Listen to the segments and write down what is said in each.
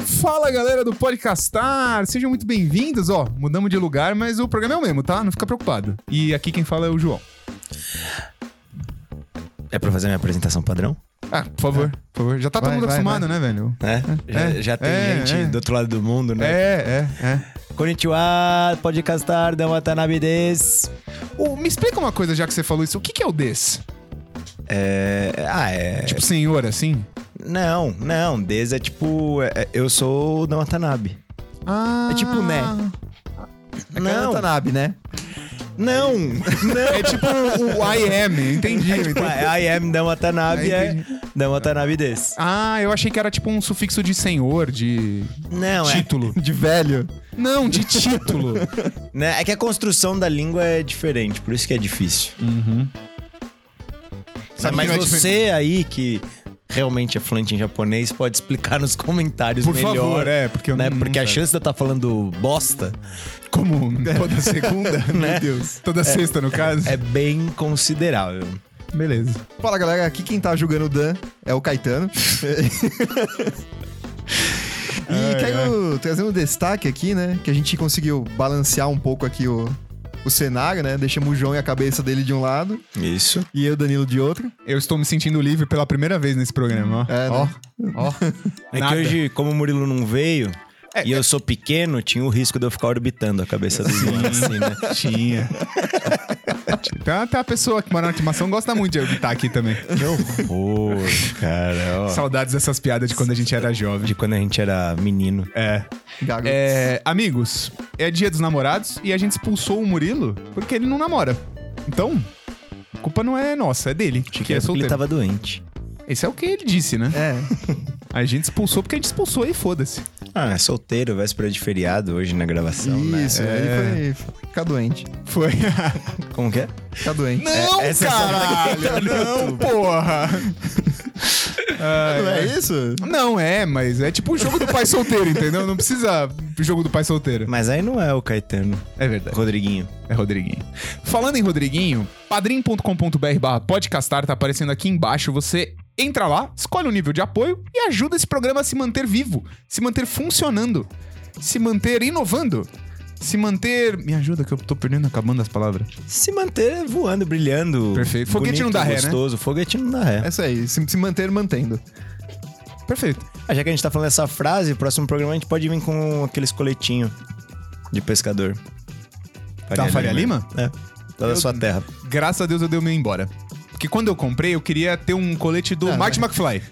Fala galera do Podcastar, sejam muito bem-vindos. Ó, mudamos de lugar, mas o programa é o mesmo, tá? Não fica preocupado. E aqui quem fala é o João. É pra fazer minha apresentação padrão? Ah, por favor, por favor. Já tá todo Vai, mundo vai, acostumado, né, velho? Né? É, já, já tem é, gente é. do outro lado do mundo, né? É, é, é. Konnichiwa, podcastar, da Watanabe des. Ô, me explica uma coisa, já que você falou isso. O que, que é o des? É, ah, é... Tipo senhor, assim? Não, não, des é tipo... é- é- eu sou da Watanabe. Ah... É tipo, né? É Não, Watanabe, né? não, não. É tipo o o I am, entendi. É tipo, entendi. I am da Watanabe, Ah, é entendi. da Watanabe des. Ah, eu achei que era tipo um sufixo de senhor, de... Não, é... Título. De velho. Não, de título. né? É que a construção da língua é diferente, por isso que é difícil. uhum. Sabe, mas que não é você aí que realmente é fluente em japonês pode explicar nos comentários Por melhor. favor, é, porque eu né? não- Porque não a sei. chance de eu estar falando bosta Como toda segunda, meu Deus. Toda sexta, no caso. é bem considerável. Beleza. Fala galera, aqui quem tá julgando o Dan é o Caetano. Ai, e quero trazer um destaque aqui, né? Que a gente conseguiu balancear um pouco aqui o, o cenário, né? Deixamos o João e a cabeça dele de um lado Isso. e eu, Danilo, de outro. Eu estou me sentindo livre pela primeira vez nesse programa, ó. É, né? Ó, ó. É Nada. que hoje, como o Murilo não veio É, e eu sou pequeno, tinha o risco de eu ficar orbitando a cabeça do Luan, assim, né? Tinha. Tem até a pessoa que mora na animação gosta muito de eu estar aqui também. Que horror, cara. ó. Saudades dessas piadas de quando a gente era jovem. De quando a gente era menino. É. Garoto. É, amigos, é dia dos namorados e a gente expulsou o Murilo porque ele não namora. Então, a culpa não é nossa, é dele, que é porque ele solteiro. tava doente. Esse é o que ele disse, né? É. A gente expulsou porque a gente expulsou e foda-se. Ah, é solteiro, véspera de feriado hoje na gravação, né? Isso, aí foi. Fica doente. Foi. Como que é? Fica doente. Não, É, essa é a caralho! Não, porra! Ai, Não é ai. isso? Não é, mas é tipo o jogo do pai solteiro, entendeu? Não precisa jogo do pai solteiro. Mas aí não é o Caetano. É verdade. Rodriguinho. É Rodriguinho. Falando em Rodriguinho, padrim.com.br barra podcastar tá aparecendo aqui embaixo. Você entra lá, escolhe um nível de apoio e ajuda esse programa a se manter vivo, se manter funcionando, se manter inovando, se manter... Me ajuda que eu tô perdendo, acabando as palavras. Se manter voando, brilhando. Perfeito. Foguete bonito, não dá ré, né? gostoso. Foguete não dá É ré. isso aí. Se, se manter mantendo. Perfeito. Ah, já que a gente tá falando essa frase, próximo programa a gente pode vir com aqueles coletinhos de pescador. Da Tá Faria Lima? É. Lá da sua terra. Graças a Deus eu dei o meu embora. Porque quando eu comprei, eu queria ter um colete do Ah, Marty McFly.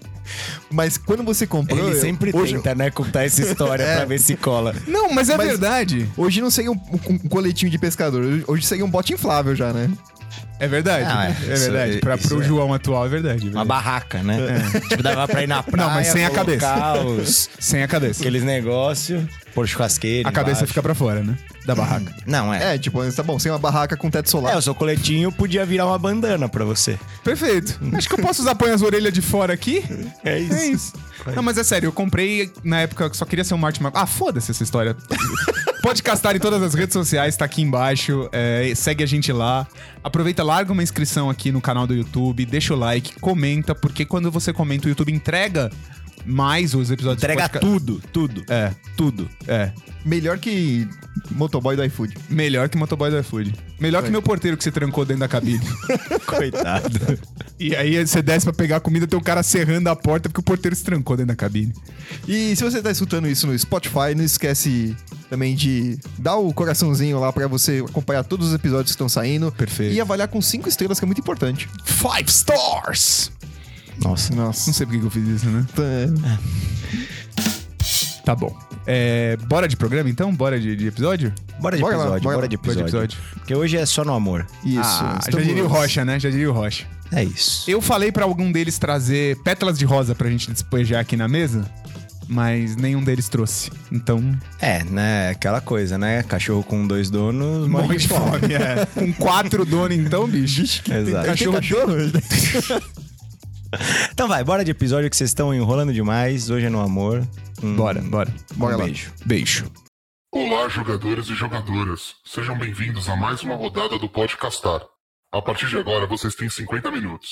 Mas quando você comprou. Ele eu- sempre hoje, tenta, né, contar essa história É. pra ver se cola. Não, mas é Mas- verdade. Hoje não seria um, um- um coletinho de pescador. hoje- Hoje seria um bote inflável já, né? É verdade. Ah, é. é, Isso verdade. é- Pra, isso pro é. João atual, é verdade. Uma barraca, né? Tipo, dava pra ir na praia. É. mas sem a colocar cabeça. Os, Sem a cabeça. aqueles negócios. Por churrasqueira. A cabeça embaixo. fica pra fora, né? Da barraca. Não, é. É, tipo, tá bom, sem uma barraca com teto solar. É, o seu coletinho podia virar uma bandana pra você. Perfeito. Acho que eu posso usar põe as orelhas de fora aqui. É isso. É isso. Não, mas é sério, eu comprei na época que só queria ser um Martin McFly. Ah, foda-se essa história. Pode castar em todas as redes sociais, tá aqui embaixo. é, segue a gente lá. Aproveita, larga uma inscrição aqui no canal do YouTube, deixa o like, comenta, porque quando você comenta, o YouTube entrega mais os episódios. do Entrega podca- tudo, tudo. É, tudo. É. Melhor que motoboy do iFood. Melhor que motoboy do iFood. Melhor que meu porteiro que se trancou dentro da cabine. Coitado. E aí você desce pra pegar a comida, tem um cara serrando a porta porque o porteiro se trancou dentro da cabine. E se você tá escutando isso no Spotify, não esquece também de dar o coraçãozinho lá pra você acompanhar todos os episódios que estão saindo. Perfeito. E avaliar com cinco estrelas, que é muito importante. Five stars! Nossa. Nossa. Não sei por que que eu fiz isso, né? Então, Tá bom. É, bora de programa então? Bora de, de episódio? Bora de Bora lá, episódio, bora bora, lá, de bora episódio. de Porque hoje é só no amor. Isso. ah, já estamos- diria o Rocha, né? Já diria o Rocha. É isso. Eu falei pra algum deles trazer pétalas de rosa pra gente despejar aqui na mesa, mas nenhum deles trouxe. Então, É, né? Aquela coisa, né? Cachorro com dois donos morre morre de fome. é. Com quatro donos então, bicho. Exato. Cachorro, né? Então vai, bora de episódio que vocês estão enrolando demais. Hoje é no amor. Um- Bora, bora. Bora um lá. beijo. Beijo. Olá, jogadores e jogadoras. Sejam bem-vindos a mais uma rodada do Podcastar. A partir de agora, vocês têm 50 minutos.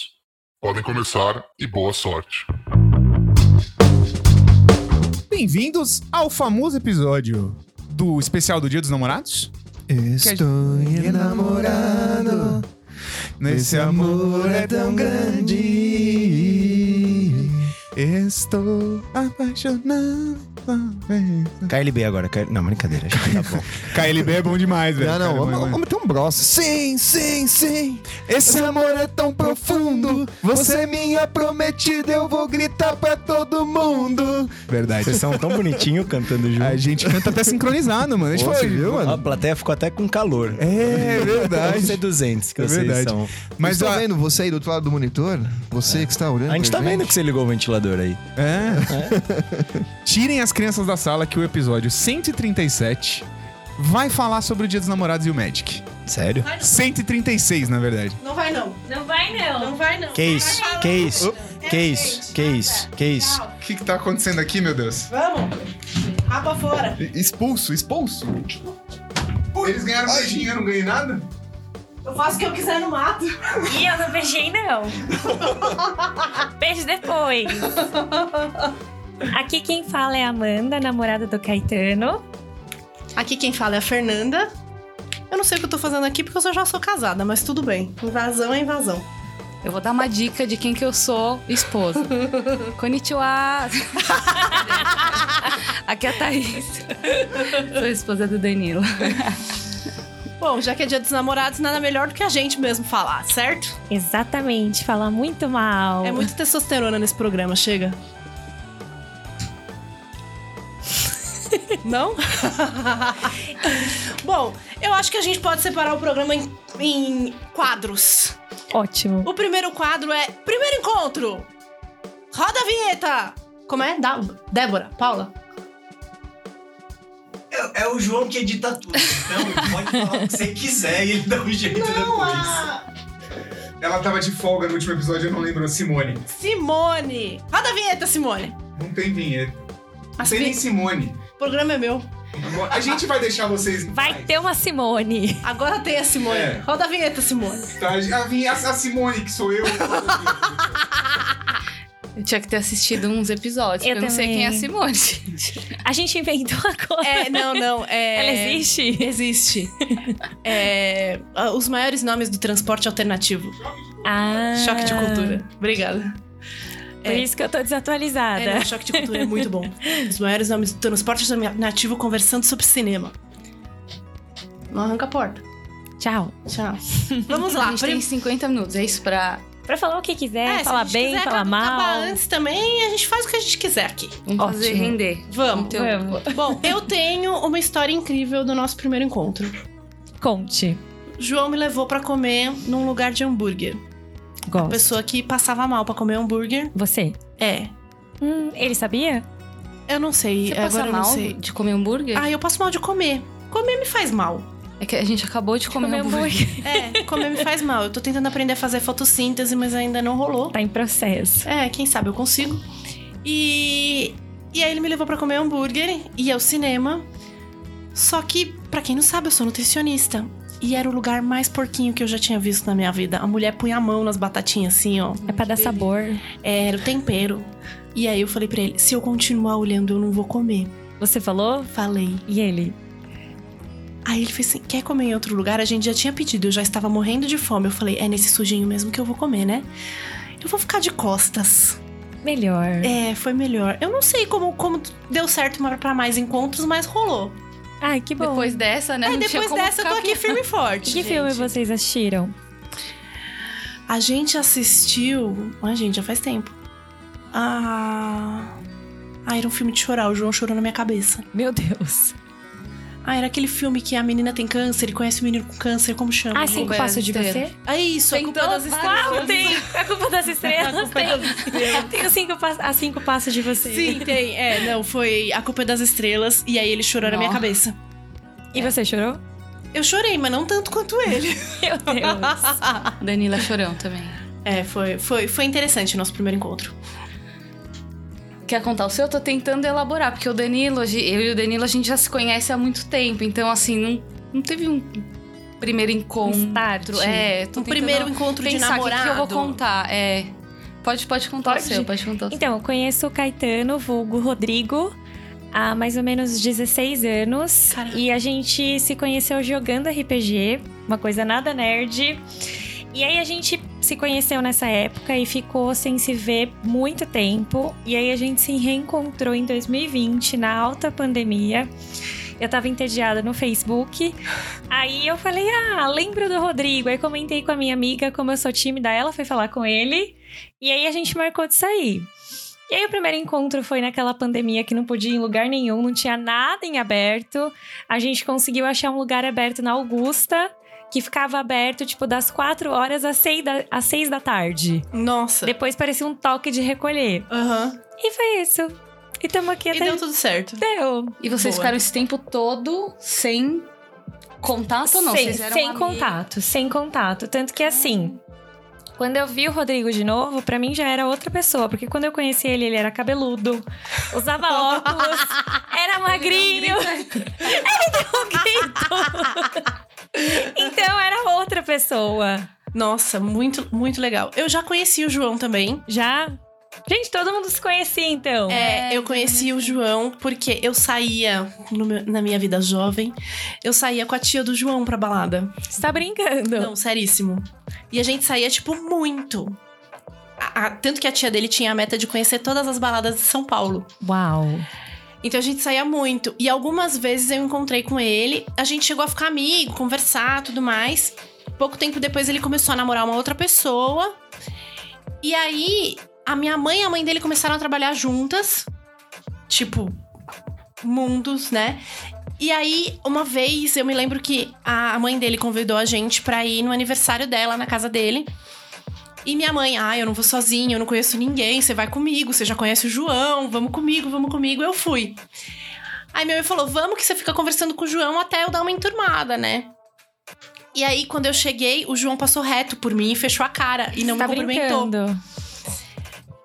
Podem começar e boa sorte. Bem-vindos ao famoso episódio do especial do Dia dos Namorados. é. Estou enamorado, Nesse amor é tão grande. Estou apaixonado. KLB agora. K... Não, brincadeira. Acho que tá bom. KLB é bom demais, velho. Não, Cara, não, é bom o demais. homem tem um broço. Sim, sim, sim. Esse amor é tão profundo. Você é minha prometida, eu vou gritar pra todo mundo. Verdade. Vocês são tão bonitinhos cantando junto. A gente canta até sincronizado, mano. A gente Pô, foi- você viu, mano? A plateia ficou até com calor. É Vamos verdade. ser 200 que É vocês verdade. são. Mas Mas É. tá a- vendo você aí do outro lado do monitor? Você que está olhando. A gente pra tá vendo que você ligou o ventilador aí. É. Tirem as crianças da sala que o episódio 137 vai falar sobre o Dia dos Namorados e o Magic. Sério? 136, na verdade. Não vai não. Não vai não. Não vai não. Que isso? Vai, Que vai, isso? vai. Que É, isso? gente, Que isso? Que isso? calma. O que, que tá acontecendo aqui, meu Deus? Vamos. Rapa fora. Expulso, expulso. Eles ganharam beijinho, eu não ganhei nada? Eu faço o que eu quiser no mato. E eu não beijei, não. Beijo depois. Aqui quem fala é a Amanda, namorada do Caetano. Aqui quem fala é a Fernanda. Eu não sei o que eu tô fazendo aqui porque eu já sou casada, mas tudo bem. Invasão é invasão. Eu vou dar uma dica de quem que eu sou esposa. Konnichiwa! Aqui é a Thaís. Sou esposa do Danilo. Bom, já que é dia dos namorados, nada melhor do que a gente mesmo falar, certo? Exatamente, fala muito mal. É muito testosterona nesse programa, chega. Não? Bom, eu acho que a gente pode separar o programa em- em quadros. ótimo. O primeiro quadro é Primeiro Encontro! Roda a vinheta! Como é? Da Débora, Paula. É, é o João que edita tudo. Então, pode falar o que você quiser e ele dá um jeito depois. Ela tava de folga no último episódio, eu não lembro. Simone. Simone! Roda a vinheta, Simone! Não tem vinheta. Não tem nem Simone. O programa é meu. A gente vai deixar vocês. Vai ter uma Simone. Agora tem a Simone. É. Roda a vinheta, Simone. Tá, A, Simone, que sou eu. Eu tinha que ter assistido uns episódios, Eu porque eu não sei também. quem é a Simone, gente. A gente inventou agora. É, não, não. é- Ela existe? Existe. É, ah, os maiores nomes do transporte alternativo. Ah. Choque de cultura. Obrigada. Por É. isso que eu tô É, desatualizada. não, choque de cultura é muito bom. Os maiores nomes do transporte alternativo conversando sobre cinema. Não arranca a porta. um Tchau. Tchau. Vamos lá. a gente prim- tem 50 minutos, é isso pra... Pra falar o que quiser, É, se a falar gente bem, quiser falar acabar mal. antes também, a gente faz o que a gente quiser aqui. Vamos fazer Ótimo. um render. Vamos. Conteúdo. Bom, eu tenho uma história incrível do nosso primeiro encontro. Conte. João me levou pra comer num lugar de hambúrguer. Gosto. Pessoa que passava mal pra comer hambúrguer. Você. É. Hum, ele sabia? Eu não sei, Você passa agora eu não mal sei. de comer hambúrguer? Ah, eu passo mal de comer. Comer me faz mal. É que a gente acabou de comer, Comeu hambúrguer. É, comer me faz mal. Eu tô tentando aprender a fazer fotossíntese, mas ainda não rolou. Tá em processo. É, quem sabe eu consigo. E. E aí ele me levou pra comer hambúrguer e ao cinema. Só que, pra quem não sabe, eu sou nutricionista. E era o lugar mais porquinho que eu já tinha visto na minha vida. A mulher punha a mão nas batatinhas assim, ó. É pra dar sabor. Era o tempero. E aí eu falei pra ele: se eu continuar olhando, eu não vou comer. Você falou? Falei. E ele? Aí ele fez assim: quer comer em outro lugar? A gente já tinha pedido, eu já estava morrendo de fome. Eu falei: é nesse sujinho mesmo que eu vou comer, né? Eu vou ficar de costas. Melhor. É, foi melhor. Eu não sei como, como deu certo ma- pra mais encontros, mas rolou. Ai, que bom. Depois dessa, né? Aí não tinha É, depois como dessa eu tô ficar- aqui firme e que forte. gente. filme vocês assistiram? A gente assistiu. Ah, gente, já faz tempo. Ah. Ah, era um filme de chorar. O João chorou na minha cabeça. Meu Deus. Ah, era aquele filme que a menina tem câncer e conhece o menino com câncer, como chama? Ah, sim, Culpa passo de Besteira. você? É isso, a culpa das Ah, estrelas. é tem. A culpa é das estrelas tem. Tem os cinco passos, a cinco passos de você. Sim, tem. É, não, foi A Culpa é das Estrelas e aí ele chorou na minha Nó. cabeça. E você chorou? Eu chorei, mas não tanto quanto ele. Meu Deus. Danila Chorão também. é, foi, foi, foi interessante o nosso primeiro encontro. Quer contar o seu? Eu tô tentando elaborar, porque o Danilo, a gen- eu e o Danilo, a gente já se conhece há muito tempo. Então, assim, não, não teve um primeiro Um, encontro. start. É, tô Um tentando primeiro encontro de pensar o que, namorado. que eu vou contar. É. Pode, pode contar Pode? Então, o seu, pode contar o seu. Então, eu conheço o Caetano, vulgo Rodrigo, há mais ou menos 16 anos. Caraca. E a gente se conheceu jogando RPG, uma coisa nada nerd. E aí a gente se conheceu nessa época e ficou sem se ver muito tempo. E aí a gente se reencontrou em 2020, na alta pandemia. Eu tava entediada no Facebook. Aí eu falei: Ah, lembro do Rodrigo. Aí comentei com a minha amiga como eu sou tímida. Ela foi falar com ele. E aí a gente marcou de sair. E aí o primeiro encontro foi naquela pandemia que não podia ir em lugar nenhum, não tinha nada em aberto. A gente conseguiu achar um lugar aberto na Augusta, que ficava aberto, tipo, das 4 horas às 6 da, às 6 da tarde. Nossa. Depois parecia um toque de recolher. Aham. E foi isso. E tamo aqui E até... deu tudo certo. Deu. E vocês Boa. ficaram esse tempo todo sem contato ou não? Sem, Vocês eram sem amigos? contato, sem contato. Tanto que assim, quando eu vi o Rodrigo de novo, pra mim já era outra pessoa. Porque quando eu conheci ele, ele era cabeludo, usava óculos, é um era magrinho. é um então era outra pessoa. Nossa, muito, muito legal. Eu já conheci o João também. Já. Gente, todo mundo se conhecia então. É, eu conheci o João porque eu saía, no meu- na minha vida jovem, eu saía com a tia do João pra balada. Você tá brincando? Não, seríssimo. E a gente saía, tipo, muito. A- a- tanto que a tia dele tinha a meta de conhecer todas as baladas de São Paulo. Uau. Então a gente saía muito. E algumas vezes eu encontrei com ele. A gente chegou a ficar amigo, conversar, tudo mais. Pouco tempo depois ele começou a namorar uma outra pessoa. E aí a minha mãe e a mãe dele começaram a trabalhar juntas. Tipo, mundos, né? E aí, uma vez, eu me lembro que a mãe dele convidou a gente pra ir no aniversário dela, na casa dele. E minha mãe, ah, eu não vou sozinha, eu não conheço ninguém, você vai comigo, você já conhece o João, vamos comigo, vamos comigo. Eu fui. Aí minha mãe falou, vamos que você fica conversando com o João até eu dar uma enturmada, né? E aí, quando eu cheguei, o João passou reto por mim e fechou a cara e não tá me cumprimentou. brincando.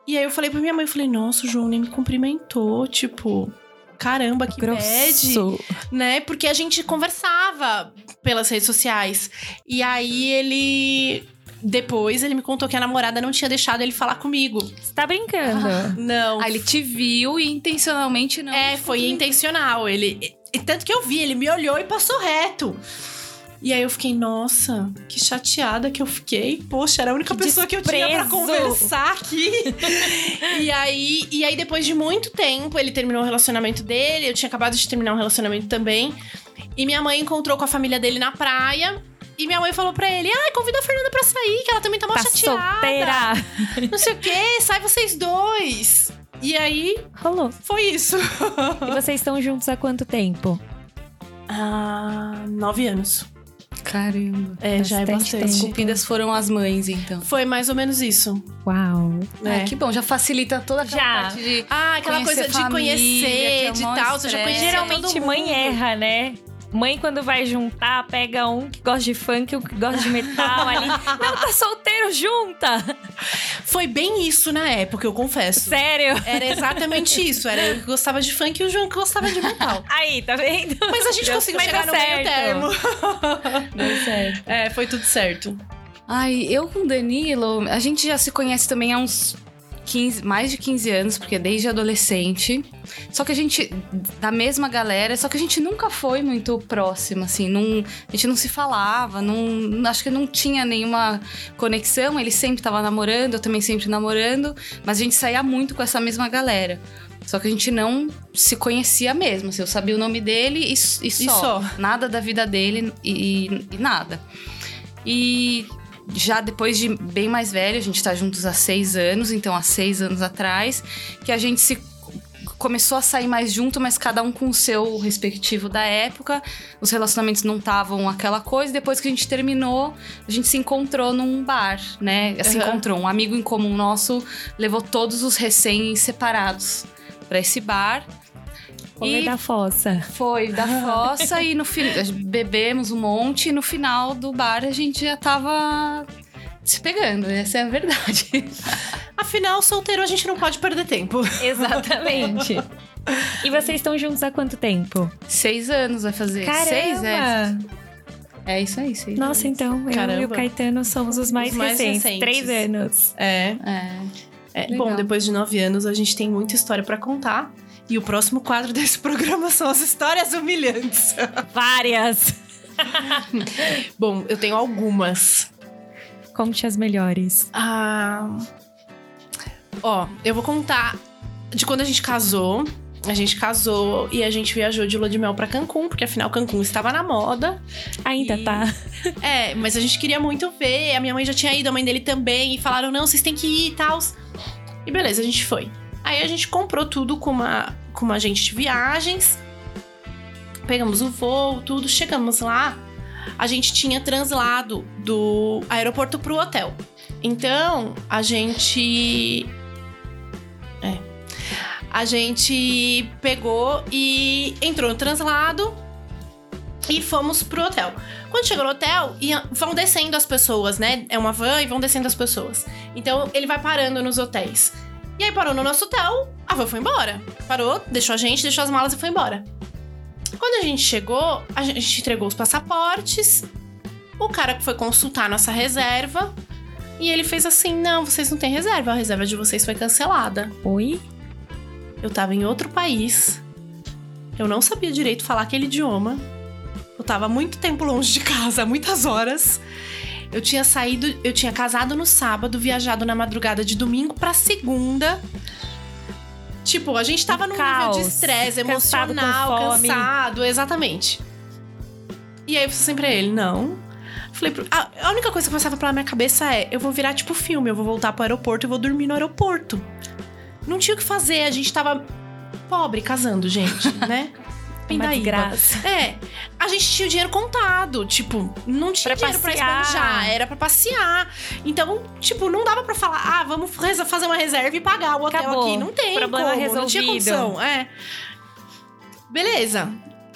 E aí eu falei pra minha mãe, eu falei, nossa, o João nem me cumprimentou, tipo, caramba, que bad Grosso. né? Porque a gente conversava pelas redes sociais. E aí ele. Depois ele me contou que a namorada não tinha deixado ele falar comigo. Você tá brincando. Não. Ah, ele te viu e intencionalmente não. é, foi intencional. Ele. e- e tanto que eu vi, ele me olhou e passou reto. E aí eu fiquei, nossa, que chateada que eu fiquei. Poxa, era a única Que pessoa que eu tinha pra desprezo. conversar aqui. e, aí, e aí, depois de muito tempo, ele terminou o relacionamento dele. Eu tinha acabado de terminar um relacionamento também. E minha mãe encontrou com a família dele na praia. E minha mãe falou pra ele: Ai, convida a Fernanda pra sair, que ela também tá mó Tá chateada. solteira. Não sei o quê, sai vocês dois. E aí, Rolou. foi isso. E vocês estão juntos há quanto tempo? Ah, nove anos. Caramba. É, já é Bastante, As bastante. cupidas foram as mães, então. Foi mais ou menos isso. Uau. né? Ah, que bom, já facilita toda aquela Já. parte de. Ah, aquela Conhecer coisa de família, que é conhecer, o de maior tal. Você já estresse. conhece Geralmente mãe erra, né? Mãe, quando vai juntar, pega um que gosta de funk, um que gosta de metal ali. Não, tá solteiro, junta! Foi bem isso na época, eu confesso. Sério? Era exatamente isso. Era eu que gostava de funk e o João que gostava de metal. Aí, tá vendo? Mas a gente Deu- conseguiu mas chegar tá deu no meio termo. Deu certo. É, foi tudo certo. Ai, eu com o Danilo, a gente já se conhece também há uns 15, mais de 15 anos, porque desde adolescente. Só que a gente, da mesma galera, só que a gente nunca foi muito próxima, assim. Não, a gente não se falava, não, acho que não tinha nenhuma conexão. Ele sempre tava namorando, eu também sempre namorando. Mas a gente saía muito com essa mesma galera. Só que a gente não se conhecia mesmo. assim, eu sabia o nome dele e, e E só só. nada da vida dele e, e- e nada. E já depois de bem mais velho, a gente tá juntos há seis anos, então há seis anos atrás, que a gente se começou a sair mais junto, mas cada um com o seu respectivo da época. Os relacionamentos não estavam aquela coisa. Depois que a gente terminou, a gente se encontrou num bar, né? Se Aham. encontrou. Um amigo em comum nosso levou todos os recém-separados pra esse bar. Comer E- da fossa. Foi da fossa e no final bebemos um monte e no final do bar a gente já tava se pegando, essa é a verdade. Afinal, solteiro a gente não pode perder tempo. Exatamente. e vocês estão juntos há quanto tempo? Seis anos vai fazer. Caramba! Seis né? é. É isso aí, seis. Nossa, então, eu Caramba. e o Caetano somos os mais, Os mais recentes. recentes. Três anos. É. É. É, Legal. bom, depois de nove anos, a gente tem muita história pra contar. E o próximo quadro desse programa são as histórias humilhantes. Várias. Bom, eu tenho algumas. Conte as melhores. Ah, ó, eu vou contar de quando a gente casou. A gente casou e a gente viajou de lua de mel pra Cancún, porque afinal Cancún estava na moda. Ainda E- tá. É, mas a gente queria muito ver. A minha mãe já tinha ido, a mãe dele também. E falaram, não, vocês têm que ir e tal. E beleza, a gente foi. Aí a gente comprou tudo com uma, com uma agente de viagens. Pegamos o voo, tudo. Chegamos lá. A gente tinha translado do aeroporto pro hotel. Então, a gente... É. A gente pegou e entrou no translado. E fomos pro hotel. Quando chegou no hotel, ia- vão descendo as pessoas, né? É uma van e vão descendo as pessoas. Então ele vai parando nos hotéis. E aí parou no nosso hotel, a van foi embora. Parou, deixou a gente, deixou as malas e foi embora. Quando a gente chegou, a gente entregou os passaportes. O cara foi consultar a nossa reserva. E ele fez assim: não, vocês não têm reserva, a reserva de vocês foi cancelada. Oi? Eu tava em outro país. Eu não sabia direito falar aquele idioma. Eu tava muito tempo longe de casa, muitas horas. Eu tinha saído, eu tinha casado no sábado, viajado na madrugada de domingo pra segunda. Tipo, a gente tava num nível Caos. de estresse Cansado, com emocional, fome. cansado, exatamente. E aí eu falei assim pra ele, não. Falei, pro- a, a única coisa que passava pela minha cabeça é, eu vou virar tipo filme, eu vou voltar pro aeroporto e vou dormir no aeroporto. Não tinha o que fazer, a gente tava pobre casando, gente, né? Uma Pindaíba. desgraça. É, a gente tinha o dinheiro contado, tipo, não tinha Pra dinheiro pra passear. esbanjar, era pra passear. Então, tipo, não dava pra falar, ah, vamos reza- fazer uma reserva e pagar o hotel Acabou. aqui. Não tem Problema como, não tinha resolvido. condição, é. Beleza.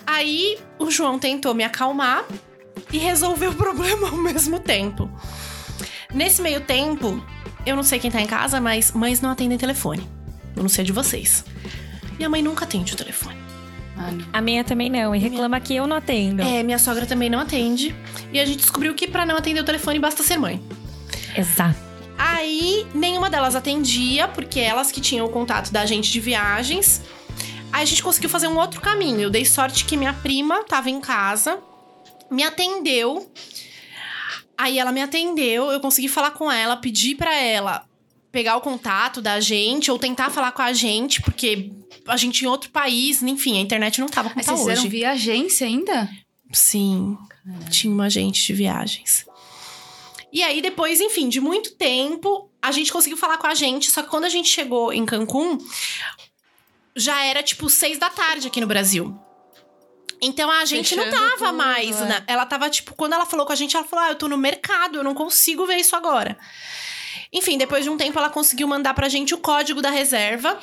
Aí o João tentou me acalmar e resolver o problema ao mesmo tempo. Nesse meio tempo, eu não sei quem tá em casa, mas mães não atendem telefone. Eu não sei de vocês. Minha mãe nunca atende o telefone. A minha também não. E reclama que eu não atendo. É, minha sogra também não atende. E a gente descobriu que pra não atender o telefone basta ser mãe. Exato. Aí, nenhuma delas atendia, porque elas que tinham o contato da gente de viagens. Aí a gente conseguiu fazer um outro caminho. Eu dei sorte que minha prima tava em casa, me atendeu. Aí ela me atendeu, eu consegui falar com ela, pedi pra ela pegar o contato da gente ou tentar falar com a gente, porque a gente em outro país, enfim, a internet não tava como Mas tá vocês hoje. fizeram via agência ainda? Sim, tinha uma agente de viagens. E aí, depois, enfim, de muito tempo, a gente conseguiu falar com a gente, só que quando a gente chegou em Cancún, já era tipo seis da tarde aqui no Brasil. Então a gente não Fechando tava tudo, mais, é. né? Ela tava tipo, quando ela falou com a gente, ela falou: "Ah, eu tô no mercado, eu não consigo ver isso agora". Enfim, depois de um tempo ela conseguiu mandar pra gente o código da reserva.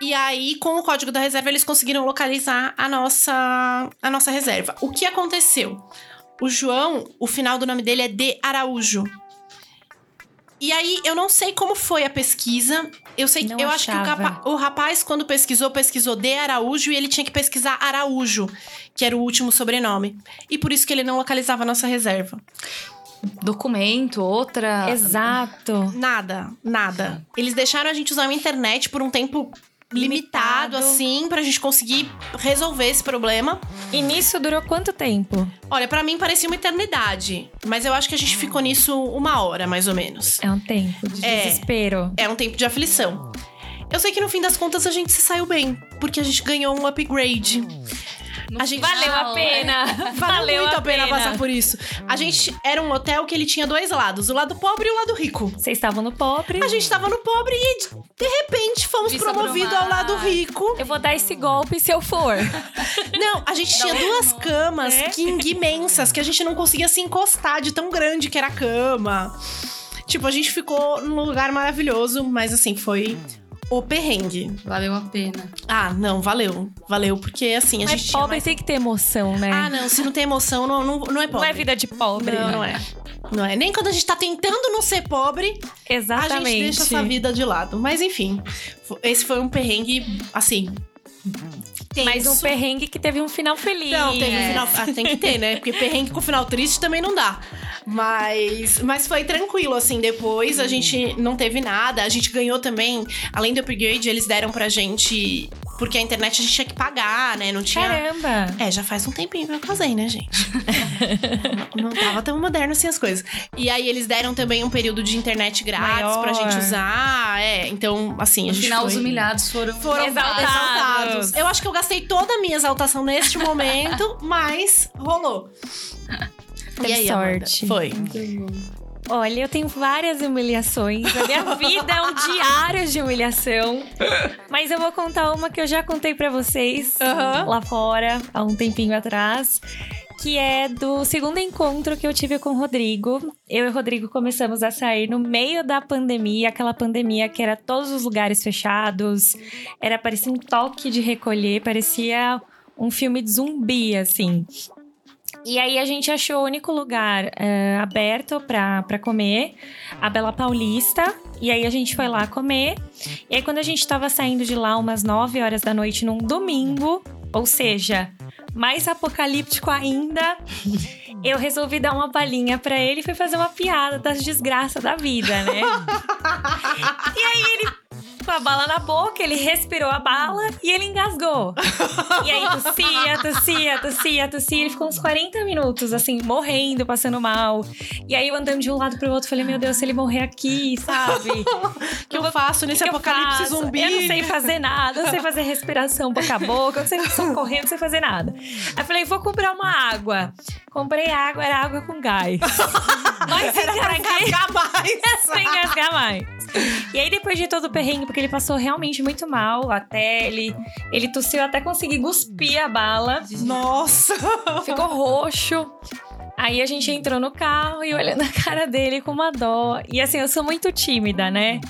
E aí, com o código da reserva, eles conseguiram localizar a nossa a nossa reserva. O que aconteceu? O João, o final do nome dele é de Araújo. E aí, eu não sei como foi a pesquisa. Eu sei, Não eu acho que o, achava. capa- o rapaz quando pesquisou, pesquisou de Araújo e ele tinha que pesquisar Araújo, que era o último sobrenome. E por isso que ele não localizava a nossa reserva. Documento, Ah. outra. Exato. Nada, nada. Eles deixaram a gente usar a internet por um tempo limitado, Limitado. assim, pra gente conseguir resolver esse problema. E nisso durou quanto tempo? Olha, pra mim parecia uma eternidade, mas eu acho que a gente ficou nisso uma hora, mais ou menos. É um tempo de É. desespero. É um tempo de aflição. Eu sei que no fim das contas a gente se saiu bem, porque a gente ganhou um upgrade. No A gente final, Valeu Ah, a pena. Valeu Valeu muito a a pena, pena. passar por isso. A gente era um hotel que ele tinha dois lados, o lado pobre e o lado rico. Vocês estavam no pobre. A gente tá tava no pobre e de de repente fomos é Vista pro promovidos mar. ao lado rico. Eu vou dar esse golpe se eu for. Não, a gente tinha duas camas É. king imensas que a gente não conseguia se encostar de tão grande que era a cama. Tipo, a gente ficou num lugar maravilhoso, mas assim, foi o perrengue. é. Valeu a pena. Ah, não, valeu. Valeu, porque assim, a gente. Mas tinha é pobre tem que ter emoção, né? mais- Ah, não, se não tem emoção, não, não, não é não pobre. é vida de pobre. Não, não é. Não é. Nem quando a gente tá tentando não ser pobre, Exatamente. a gente deixa essa vida de lado. Mas enfim, fo- esse foi um perrengue, assim. Mas um tenso. perrengue que teve um final feliz. Não, teve um É. final. Ah, tem que ter, né? Porque perrengue com final triste também não dá. Mas, mas foi tranquilo, assim. Depois a gente não teve nada. A gente ganhou também. Além do upgrade, eles deram pra gente Porque a internet a gente tinha que pagar, né? Não tinha. Caramba! É, já faz um tempinho que eu casei, né, gente? não, não tava tão moderno assim as coisas. E aí eles deram também um período de internet grátis pra Maior. gente usar. É, então, assim, a No gente final, foi- os humilhados foram. foram Exaltados. exaltados. Eu acho que eu gastei toda a minha exaltação neste momento, mas rolou. Teve e aí, sorte. Amanda? Foi. Olha, eu tenho várias humilhações. A minha vida é um diário de humilhação. Mas eu vou contar uma que eu já contei pra vocês lá fora, há um tempinho atrás. Que é do segundo encontro que eu tive com o Rodrigo. Eu e o Rodrigo começamos a sair no meio da pandemia, aquela pandemia que era todos os lugares fechados, era parecia um toque de recolher, parecia um filme de zumbi, assim. E aí a gente achou o único lugar eh, aberto pra, pra comer, a Bela Paulista. E aí a gente foi lá comer. E aí quando a gente tava saindo de lá umas 9 horas da noite num domingo, ou seja, mais apocalíptico ainda, eu resolvi dar uma palhinha pra ele e fui fazer uma piada das desgraças da vida, né? e aí ele com a bala na boca, ele respirou a bala e ele engasgou. E aí tossia, tossia, tossia, tossia. Ele ficou uns 40 minutos, assim, morrendo, passando mal. E aí eu andando de um lado pro outro, falei, meu Deus, se ele morrer aqui, sabe? O que eu faço nesse que eu apocalipse faço? zumbi? Eu não sei fazer nada, eu não sei fazer respiração boca a boca, eu não sei socorrer, eu não sei fazer nada. Aí eu falei, vou comprar uma água. Comprei água, era água com gás. Mas Pra engasguei engasgar mais. sem engasgar mais. E aí, depois de todo o perrengue, porque ele passou realmente muito mal, até ele, ele tossiu até conseguir cuspir a bala, Nossa! ficou roxo. Aí a gente entrou no carro e olhando a cara dele com uma dó. E assim, eu sou muito tímida, né?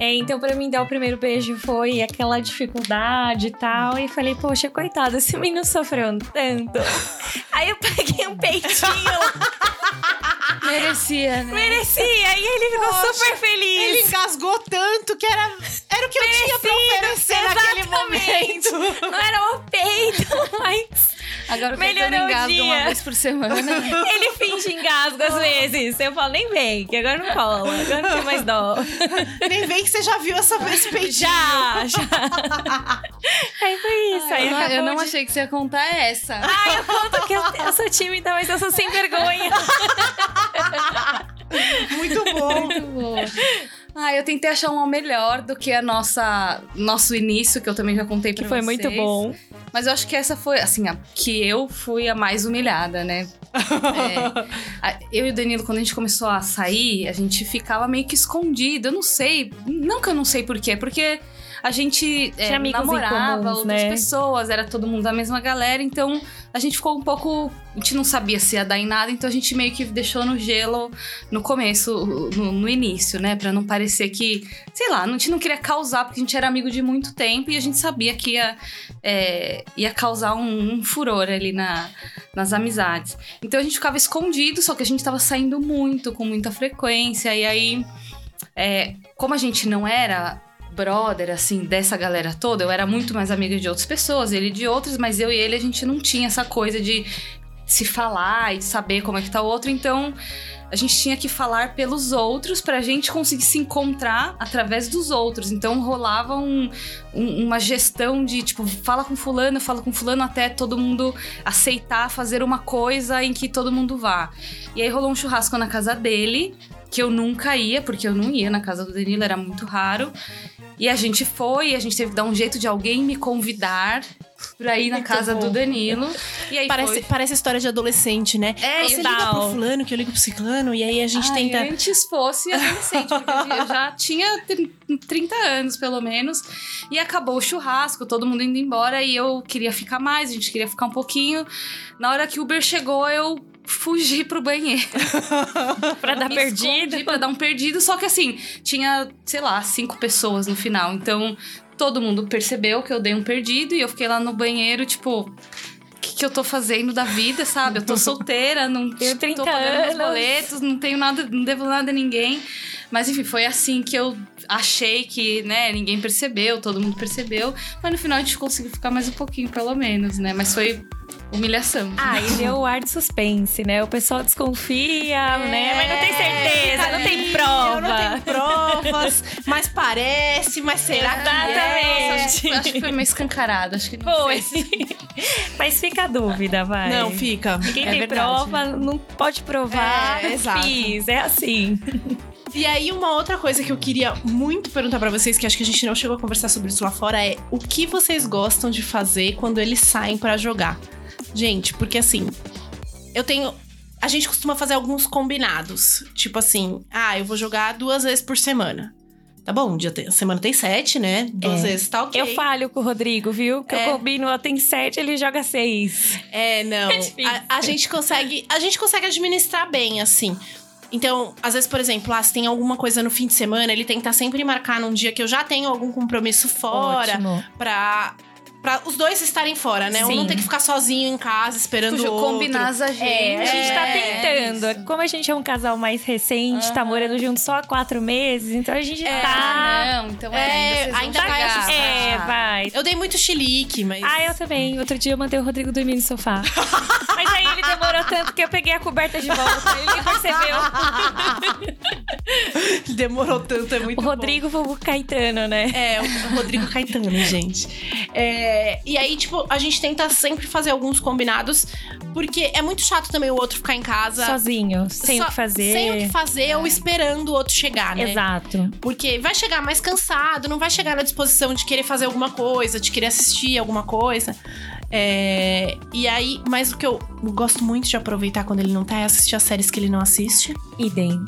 É, então, pra mim, dar o primeiro beijo foi aquela dificuldade e tal. E falei, poxa, coitado, esse menino sofreu tanto. Aí eu peguei um peitinho Merecia, né? Merecia. E ele ficou Poxa, super feliz. Ele engasgou tanto que era, era o que eu tinha pra oferecer exatamente. naquele momento. Não era o peito, mas Agora o Melhorou Caetano o engasga um uma dia. vez por semana. ele finge engasgo às vezes. Eu falo, nem vem, que agora não cola. Agora não tem mais dó. Nem vem que você já viu essa, esse peidinho. Já, já. Aí foi isso. Aí eu não, eu acabou não de- achei que você ia contar essa. Ai, eu conto que eu, eu sou tímida, mas eu sou sem vergonha. Muito bom. Muito boa. Ah, eu tentei achar uma melhor do que a nossa nosso início, que eu também já contei pra Que foi vocês. muito bom. Mas eu acho que essa foi, assim, a, que eu fui a mais humilhada, né? É, a- eu e o Danilo, quando a gente começou a sair, a gente ficava meio que escondido. Eu não sei, não que eu não sei por quê, porque a gente é, Tinha amigos namorava em comuns, outras né? pessoas, era todo mundo da mesma galera, então a gente ficou um pouco. A gente não sabia se ia dar em nada, então a gente meio que deixou no gelo no começo, no, no início, né? Pra não parecer que, sei lá, a gente não queria causar, porque a gente era amigo de muito tempo e a gente sabia que ia, é, ia causar um, um furor ali na, nas amizades. Então a gente ficava escondido, só que a gente tava saindo muito, com muita frequência. E aí, é, como a gente não era brother, assim, dessa galera toda, eu era muito mais amiga de outras pessoas, ele de outras, mas eu e ele a gente não tinha essa coisa de se falar e de saber como é que tá o outro. Então a gente tinha que falar pelos outros pra gente conseguir se encontrar através dos outros. Então rolava um- um- uma gestão de tipo, fala com fulano, fala com fulano, até todo mundo aceitar fazer uma coisa em que todo mundo vá. E aí rolou um churrasco na casa dele, que eu nunca ia, porque eu não ia na casa do Danilo, era muito raro. E a gente foi, e a gente teve que dar um jeito de alguém me convidar pra ir na casa do Danilo. E aí Parece, foi. parece história de adolescente, né? É, Você e liga tal. pro fulano, que eu ligo pro ciclano, e aí a gente Ai, tenta... Antes fosse adolescente, porque eu já tinha tri- 30 anos, pelo menos. E acabou o churrasco, todo mundo indo embora e eu queria ficar mais, a gente queria ficar um pouquinho. Na hora que o Uber chegou, eu fugi pro banheiro. Pra dar Me perdido. escondi Pra dar um perdido, só que assim, tinha, sei lá, cinco pessoas no final. Então, todo mundo percebeu que eu dei um perdido e eu fiquei lá no banheiro, tipo. O que, que eu tô fazendo da vida, sabe? Eu tô solteira, não Tenho 30 tô pagando meus anos. boletos, não tenho nada, não devo nada a ninguém. Mas enfim, foi assim que eu achei que, né, ninguém percebeu, todo mundo percebeu. Mas no final a gente conseguiu ficar mais um pouquinho, pelo menos, né? Mas foi humilhação. Ah, e deu o ar de suspense, né? O pessoal desconfia, né? Mas não tem certeza, não tem prova. Eu não tenho provas, mas parece, mas será que é? Acho que- acho que foi meio escancarado, acho que não Foi. sei se- Mas fica a dúvida, vai. Não, fica. Ninguém É tem verdade. prova, não pode provar. É, exato. Fiz, é assim. E aí, uma outra coisa que eu queria muito perguntar pra vocês, que acho que a gente não chegou a conversar sobre isso lá fora, é o que vocês gostam de fazer quando eles saem pra jogar? Gente, porque assim, eu tenho. A gente costuma fazer alguns combinados. Tipo assim, ah, eu vou jogar duas vezes por semana. Tá bom, um dia tem- semana tem sete, né? Duas É. vezes, tá ok. Eu falho com o Rodrigo, viu? Que É. eu combino, eu tenho sete, ele joga seis. É, não. difícil. a, a gente consegue, a gente consegue administrar bem, assim. Então, às vezes, por exemplo, ah, se tem alguma coisa no fim de semana, ele tenta sempre marcar num dia que eu já tenho algum compromisso fora, Ótimo. pra, pra os dois estarem fora, né? Um Sim. não ter que ficar sozinho em casa esperando Tipo, o outro. combinar as agendas. A gente tá É, tentando. Como a gente é um casal mais recente, tá morando junto só há quatro meses, então a gente É, tá. Ah, não, então É, ainda, vocês vão ainda vai chegar. assustar. É, vai. Eu dei muito chilique, mas. Ah, eu também. Outro dia eu mandei o Rodrigo dormir no sofá. Mas aí ele demorou tanto que eu peguei a coberta de volta. Ele nem percebeu. Demorou tanto, é muito O Rodrigo foi o Caetano, né? É, o Rodrigo Caetano, gente. É, e aí, tipo, a gente tenta sempre fazer alguns combinados, porque é muito chato também o outro ficar em casa. Sozinho, sem Só- o que fazer. É. Sem o que fazer ou esperando o outro chegar, né? Exato. Porque vai chegar mais cansado, não vai chegar na disposição de querer fazer alguma coisa, de querer assistir alguma coisa. É, e aí, mas o que eu gosto muito de aproveitar quando ele não tá é assistir as séries que ele não assiste. Idem.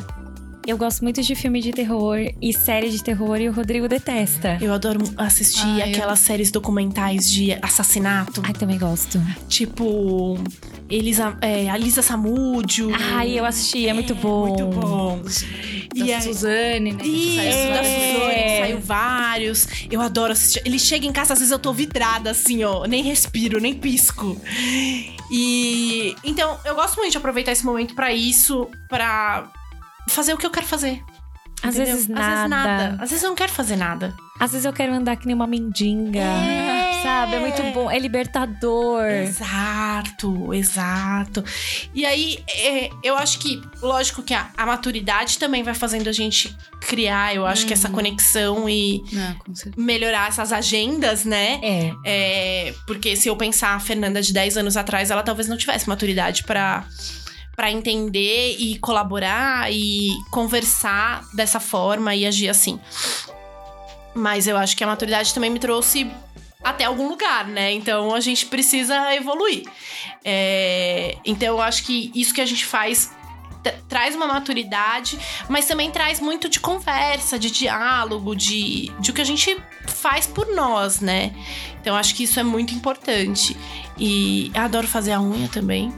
Eu gosto muito de filme de terror e série de terror e o Rodrigo detesta. Eu adoro assistir Ah, eu- aquelas séries documentais de assassinato. Ai, também gosto. Tipo, Elisa, é, Alisa Samúdio. Ai, eu assisti, é muito bom. Muito bom. Da E aí- Suzane, né? que Isso, saiu É. da da Suzane. Suzane, saiu vários. Eu adoro assistir. Ele chega em casa, às vezes eu tô vidrada, assim, ó. Nem respiro, nem pisco. E. Então, eu gosto muito de aproveitar esse momento pra isso, pra fazer o que eu quero fazer. Às entendeu? vezes Às vezes nada. nada. Às vezes eu não quero fazer nada. Às vezes eu quero andar que nem uma mendiga. Sabe? É muito bom. É libertador. Exato, exato. E aí, é, eu acho que, lógico que a, a maturidade também vai fazendo a gente criar, eu acho que Uhum. essa conexão e Não, com certeza. melhorar essas agendas, né? É. É, porque se eu pensar a Fernanda de 10 anos atrás, ela talvez não tivesse maturidade pra para entender e colaborar e conversar dessa forma e agir assim. Mas eu acho que a maturidade também me trouxe até algum lugar, né? Então a gente precisa evoluir. É, então eu acho que isso que a gente faz tra- traz uma maturidade, mas também traz muito de conversa, de diálogo, de, de o que a gente faz por nós, né? Então acho que isso é muito importante. E eu adoro fazer a unha também.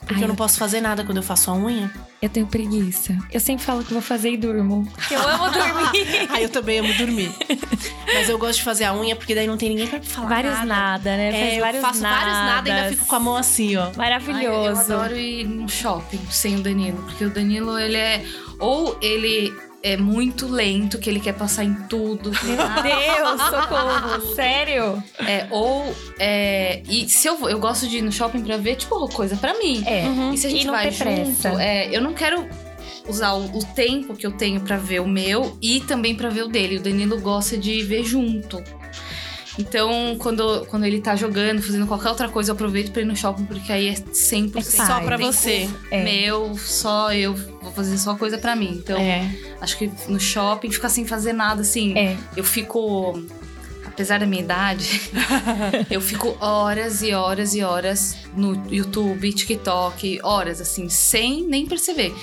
Porque Ai, eu não eu- posso fazer nada quando eu faço a unha. Eu tenho preguiça. Eu sempre falo que vou fazer e durmo. Que eu amo dormir. Aí eu também amo dormir. Mas eu gosto de fazer a unha porque daí não tem ninguém pra falar. vários nada, nada. né? É, Faz eu vários faço vários nada e ainda nadas. fico com a mão assim, ó. Ai, eu- Maravilhoso. eu adoro ir num shopping sem o Danilo, porque o Danilo, ele é. Ou ele é muito lento, que ele quer passar em tudo. Meu Deus, socorro. Sério? É, ou. É, e se eu vou, eu gosto de ir no shopping pra ver, tipo, coisa pra mim. É. E se a E gente não vai ter pressa. junto, é, eu não quero usar o, o tempo que eu tenho pra ver o meu e também pra ver o dele. O Danilo gosta de ver junto. Então, quando, quando ele tá jogando, fazendo qualquer outra coisa, eu aproveito pra ir no shopping, porque aí é 100% É Só Ai, pra tempo você. É. Meu, só eu vou fazer só coisa pra mim. Então, É. acho que no shopping ficar sem fazer nada, assim. É. Eu fico. Apesar da minha idade, eu fico horas e horas e horas no YouTube, TikTok, horas, assim, sem nem perceber.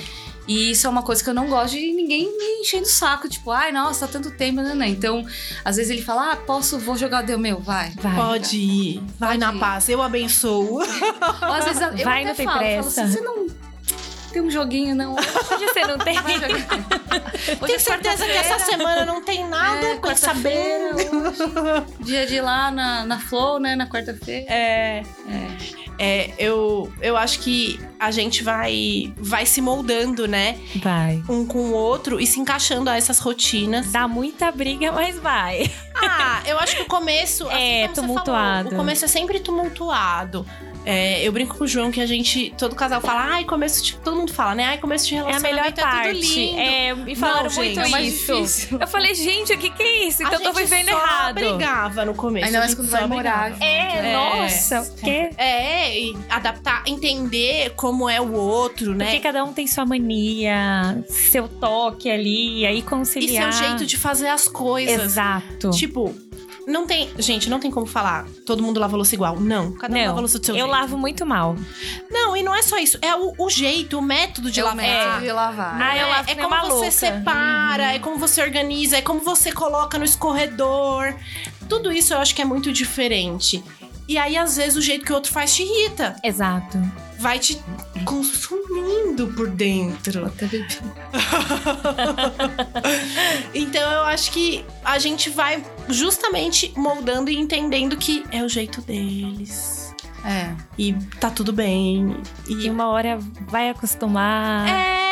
E isso é uma coisa que eu não gosto de ninguém me enchendo o saco, tipo, ai, nossa, tá tanto tempo, né, né? Então, às vezes ele fala, ah, posso, vou jogar deu meu, vai. Vai. Pode ir. Vai Pode na ir. paz. Eu abençoo. Ou às vezes eu Vai, até não tem falo, falo, pressa. "Se você não tem um joguinho, não. Hoje você não tem. Vai jogar. Hoje é Tenho certeza que essa semana não tem nada É, pra saber. quarta-feira, hoje. Dia de ir lá na, na Flow, né? Na quarta-feira. É. É, eu, eu acho que a gente vai, vai se moldando, né? Vai. Um com o outro e se encaixando a essas rotinas. Dá muita briga, mas vai. Ah, eu acho que o começo. assim É, como você tumultuado. falou, o começo é sempre tumultuado. É, eu brinco com o João que a gente, todo casal fala, ai, começo de. Todo mundo fala, né? Ai, começo de É a melhor relacionamento é, parte. tudo lindo. É, me falaram Não, muito gente, então, é o mais isso. difícil. Eu falei, gente, o que, que é isso? A Então eu tô gente vivendo só errado. brigava no começo. Ainda mais a gente quando só vai morar. brigava. É, É. nossa, o quê? É, e adaptar, entender como é o outro, né? Porque cada um tem sua mania, seu toque ali, e aí E conciliar. seu jeito de fazer as coisas. Exato. Tipo, não tem. Gente, não tem como falar todo mundo lava a louça igual. Não. Cada um Não, lava a louça do seu eu jeito. lavo muito mal. Não, e não é só isso. É o, o jeito, o método de É, De lavar. lavar. De lavar. Ah, eu É, lavo é que nem como uma você louca. separa, é como você organiza, é como você coloca no escorredor. Tudo isso eu acho que é muito diferente. E aí, às vezes, o jeito que o outro faz te irrita. Exato. Vai te consumindo por dentro. Até bebi. Então eu acho que a gente vai justamente moldando e entendendo que é o jeito deles. É. E tá tudo bem. E E. uma hora vai acostumar. É!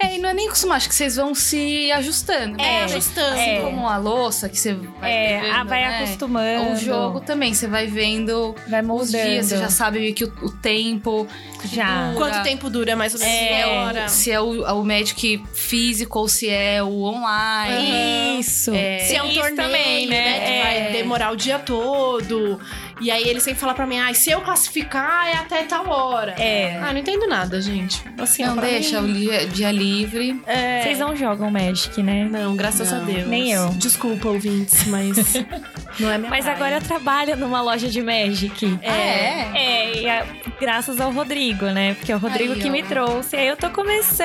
É, e não é nem acostumar, acho que vocês vão se ajustando. É, né? ajustando. Assim É. como a louça que você vai É, pegando, ah, vai né? acostumando. Um O jogo também, você vai vendo vai os moldando. dias, você já sabe meio que o, o tempo. Já. Dura. Quanto tempo dura mais ou menos? É. Meia hora. Se é o, o médico físico ou se é o online. Isso. É. Se é um Isso torneio, também, né? né? Que É. vai demorar o dia todo. E aí ele sempre fala pra mim, ai, se eu classificar é até tal hora. É. Ah, não entendo nada, gente. Assim, Não pra deixa mim- o dia, dia livre. É. Vocês não jogam Magic, né? Não, graças Não. a Deus. Nem eu. Desculpa, ouvintes, mas não é minha Mas praia. agora eu trabalho numa loja de Magic. Ah, é? É, e a- graças ao Rodrigo, né? Porque é o Rodrigo Aí, que ó. me trouxe. Aí eu tô começando.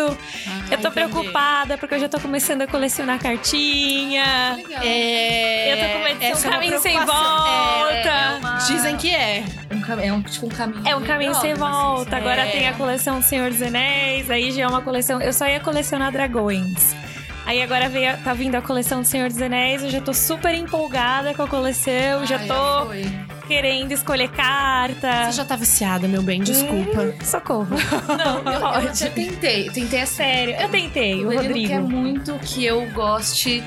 Ah, eu tô entendi. preocupada porque eu já tô começando a colecionar cartinha. tá Legal. É... eu tô com medo de essa ser é um uma caminho sem preocupação. volta. É, uma- Dizem que é. um cam- é um, tipo um caminho. É um caminho sem drogas, assim, volta. sabe? Agora É. tem a coleção do Senhor dos Anéis, aí já é uma coleção. Eu só ia colecionar dragões. Aí agora veio, a- tá vindo a coleção do Senhor dos Anéis, eu já tô super empolgada com a coleção, já Ai, tô Ah, foi. querendo escolher carta. Você já tá viciada, meu bem, Hum. desculpa. Socorro. Eu, eu até tentei, tentei assim, a sério. Eu tentei, O o Rodrigo quer Rodrigo. muito que eu goste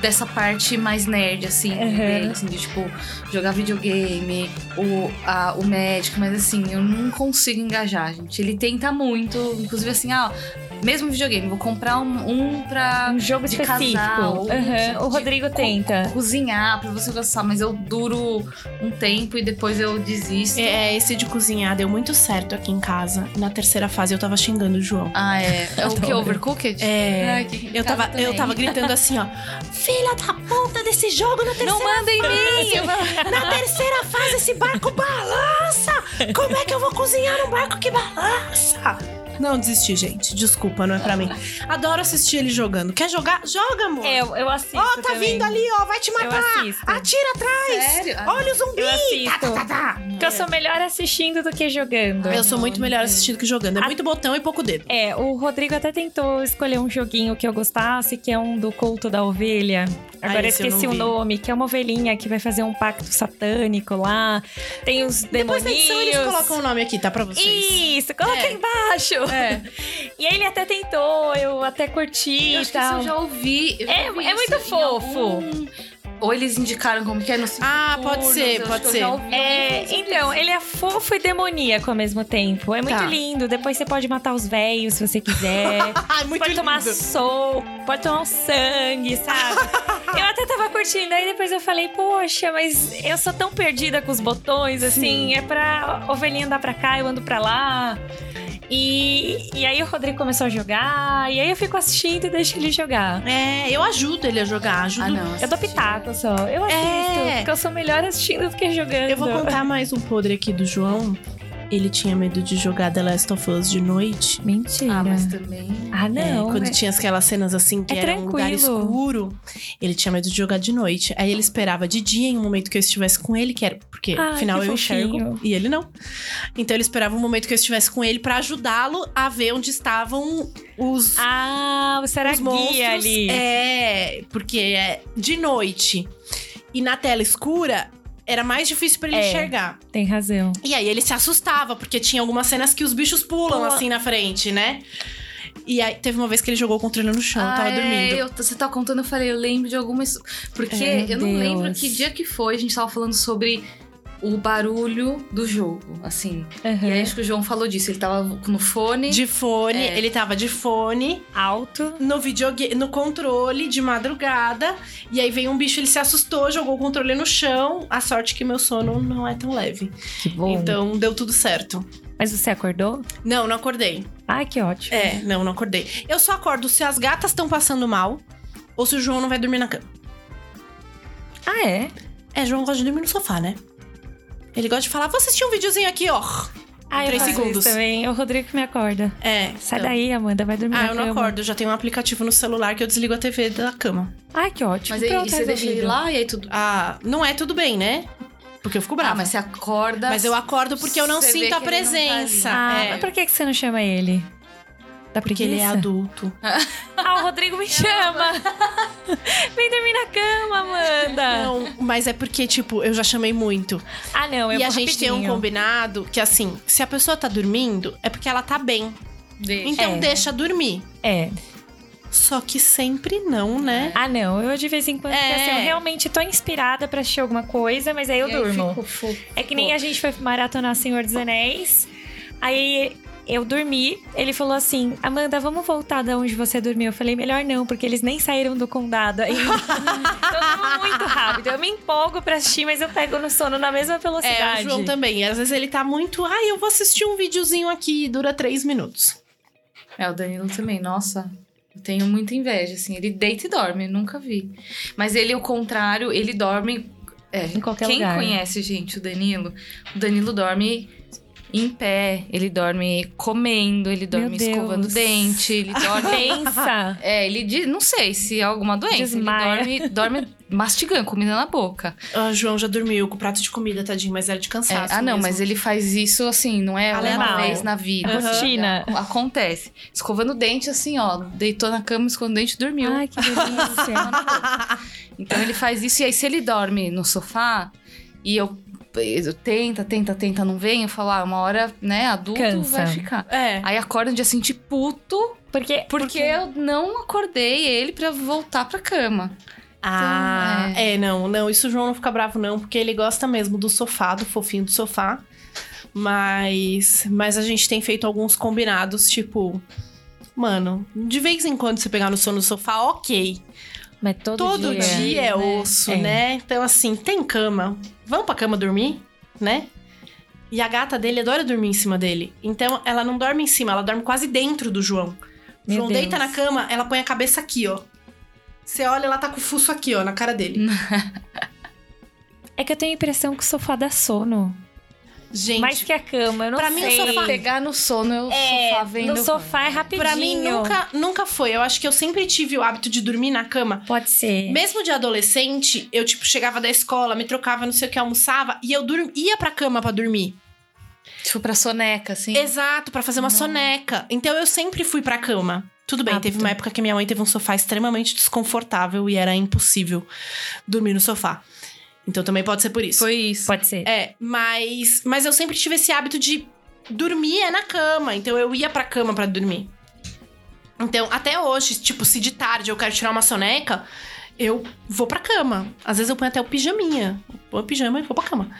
dessa parte mais nerd, assim, Uhum. dele, assim, de tipo, jogar videogame, o, a- o médico, mas assim, eu não consigo engajar, gente. Ele tenta muito, inclusive assim, ah, mesmo videogame, vou comprar um, um pra Um jogo de específico. casal, um Aham, de- O Rodrigo co- tenta. cozinhar pra você gostar, mas eu duro um tempo e depois eu desisto. É, esse de cozinhar deu muito certo aqui em casa. Na terceira fase eu tava xingando o João. Ah, é. É o que? Overcooked? É. Ai, que- Eu casa tava, eu também. tava gritando assim, ó. Filha da puta desse jogo na terceira Não manda em mim! fase. Na terceira fase esse barco balança! Como é que eu vou cozinhar num barco que balança? Não, desisti, gente. Desculpa, não é pra mim. Adoro assistir ele jogando. Quer jogar? Joga, amor! É, eu, eu assisto. Ó, tá também. vindo ali, ó. Vai te Eu matar! Ah, assisto. Atira atrás! Sério? Ah, Olha o zumbi! Eu assisto. Tá. Porque eu sou melhor assistindo do que jogando. Eu sou muito melhor assistindo que jogando. É Ah. muito botão e pouco dedo. É, o Rodrigo até tentou escolher um joguinho que eu gostasse, que é um do culto da ovelha. Agora eu Ah, esse eu esqueci não o vi. nome, que é uma ovelhinha que vai fazer um pacto satânico lá. Tem os Depois demônios. da edição eles colocam o nome aqui, tá? Pra vocês. Isso, coloca É. aí embaixo. É. E aí ele até tentou, eu até curti Eu e acho que isso tal. então." eu já ouvi. eu já É- ouvi é isso muito em fofo. algum- Ou eles indicaram como que é no cinco Ah, pode turnos, ser, eu acho pode que eu ser. já ouvi É, alguém falar sobre então, isso. ele é fofo e demoníaco ao mesmo tempo. É muito assim. Tá. lindo. Depois você pode matar os velhos se você quiser. Ai, muito pode tomar lindo. sol, pode tomar um sangue, sabe? eu até tava curtindo, aí depois eu falei, poxa, mas eu sou tão perdida com os botões, assim, é pra ovelhinha andar pra cá, eu ando pra lá. E, e aí o Rodrigo começou a jogar, e aí eu fico assistindo e deixo ele jogar. É, eu ajudo ele a jogar, ajudo. Ah, não. Eu dou pitaco só. Eu assisto, É. porque eu sou melhor assistindo do que jogando. Eu vou contar mais um podre aqui do João. Ele tinha medo de jogar The Last of Us de noite. Mentira. Ah, mas né? também. Ah, não. É, quando é- tinha aquelas cenas assim que É era um lugar tranquilo. escuro, ele tinha medo de jogar de noite. Aí ele esperava de dia em um momento que eu estivesse com ele, que era porque Ai, afinal que eu enxergo fofinho. e ele não. Então ele esperava um momento que eu estivesse com ele pra ajudá-lo a ver onde estavam os Ah, você era os monstros. guia ali. É, porque é de noite. E na tela escura, era mais difícil pra ele É. enxergar. Tem razão. E aí ele se assustava, porque tinha algumas cenas que os bichos pulam Pula. assim na frente, né? E aí teve uma vez que ele jogou o controle no chão, Ah, tava é, dormindo. É, eu- você tá contando, eu falei, eu lembro de alguma. his- Porque Meu eu não Deus. lembro que dia que foi, a gente tava falando sobre o barulho do jogo, assim. E aí acho que o João falou disso, ele tava no fone. É. De fone, ele tava de fone, Alto. no videogame, no controle de madrugada. E aí veio um bicho, ele se assustou, jogou o controle no chão. A sorte que meu sono não é tão leve. Que bom. Então deu tudo certo. Mas você acordou? Não, não acordei. Ai, que ótimo. É, não, não acordei. Eu só acordo se as gatas estão passando mal ou se o João não vai dormir na cama. Ah, é? É, João gosta de dormir no sofá, né? Ele gosta de falar, vou assistir um videozinho aqui, ó. Ah, eu Três faço isso segundos. também. O Rodrigo que me acorda. É. Sai então- daí, Amanda, vai dormir Ah, na eu não cama. acordo. Eu já tenho um aplicativo no celular que eu desligo a TV da cama. Ai, que ótimo. Mas aí Pronto, é você deixa ele resolvido. lá e aí tudo. Ah, não é tudo bem, né? Porque eu fico brava. Ah, mas você acorda. Mas eu acordo porque eu não Você vê sinto a que ele não tá ali. presença. Ah, é. mas por que que você não chama ele? Dá Porque ele é preguiça? adulto. Ah, o Rodrigo me chama. Vem dormir na cama, Amanda. Não, mas é porque, tipo, eu já chamei muito. Ah, não, e eu vou a gente tem um rapidinho. combinado que, assim, se a pessoa tá dormindo, é porque ela tá bem. Deixa. Então É. deixa dormir. É. Só que sempre não, né? Ah, não, eu de vez em quando, É. assim, eu realmente tô inspirada pra assistir alguma coisa, mas aí eu E aí durmo. fica o fofo. É que nem a gente foi maratonar Senhor dos Anéis. Aí eu dormi, ele falou assim: Amanda, vamos voltar da onde você dormiu. Eu falei: melhor não, porque eles nem saíram do condado ainda. então eu durmo muito rápido. Eu me empolgo pra assistir, mas eu pego no sono na mesma É, velocidade. o João também. Às vezes ele tá muito. Ai, eu vou assistir um videozinho aqui e dura três minutos. É, o Danilo também, nossa. Eu tenho muita inveja, assim. Ele deita e dorme, nunca vi. Mas ele, ao contrário, ele dorme. é, Em qualquer quem lugar. conhece, gente, o Danilo? O Danilo dorme em pé, ele dorme comendo, ele dorme Deus. escovando dente, ele dorme. Pensa. É, ele diz, não sei se é alguma doença. Desmaia. Ele dorme, dorme mastigando comida na boca. Ah, o João já dormiu com o prato de comida, tadinho, mas era de É, cansaço. ah, não, mesmo. mas ele faz isso assim, não é uma Aleatório. vez na vida. Aham. assim, Rotina. ac- Acontece. Escovando o dente, assim, ó. Deitou na cama, escovando o dente e dormiu. Ai, que delícia. Então ele faz isso, e aí se ele dorme no sofá e eu, eu tenta, tenta, tenta, não vem, eu falo, ah, uma hora, né, adulto Cansa. vai ficar. É. Aí acorda no dia seguinte puto, Porque. porque eu não acordei ele pra voltar pra cama. Ah, é. não, não. Isso o João não fica bravo, não, porque ele gosta mesmo do sofá, do fofinho do sofá. Mas, mas a gente tem feito alguns combinados, tipo. Mano, de vez em quando você pegar no sono do sofá, ok. Mas todo, Todo dia. dia, né? é osso, É. né? Então, assim, tem cama. Vamos pra cama dormir, né? E a gata dele adora dormir em cima dele. Então, ela não dorme em cima, ela dorme quase dentro do João. O Meu João Deus. deita na cama, ela põe a cabeça aqui, ó. Você olha, ela tá com o fuço aqui, ó, na cara dele. É que eu tenho a impressão que o sofá dá sono. Gente, Mais que a cama. Eu não Pra mim, o sei. sofá- Pegar no sono, eu É, sofá vendo. no sofá é rapidinho. pra mim nunca, nunca foi. Eu acho que eu sempre tive o hábito de dormir na cama. Pode ser. Mesmo de adolescente, eu, tipo, chegava da escola, me trocava, não sei o que, almoçava, e eu dur- ia pra cama pra dormir. Tipo, pra soneca, assim. Exato, pra fazer uma soneca. Então eu sempre fui pra cama. Tudo bem, Apto. teve uma época que minha mãe teve um sofá extremamente desconfortável e era impossível dormir no sofá. Então também pode ser por isso. Foi isso. Pode ser. É, mas, mas eu sempre tive esse hábito de dormir é na cama. Então eu ia pra cama pra dormir. Então, até hoje, tipo, se de tarde eu quero tirar uma soneca, eu vou pra cama. Às vezes eu ponho até o pijaminha. Eu Põe o pijama e vou pra cama.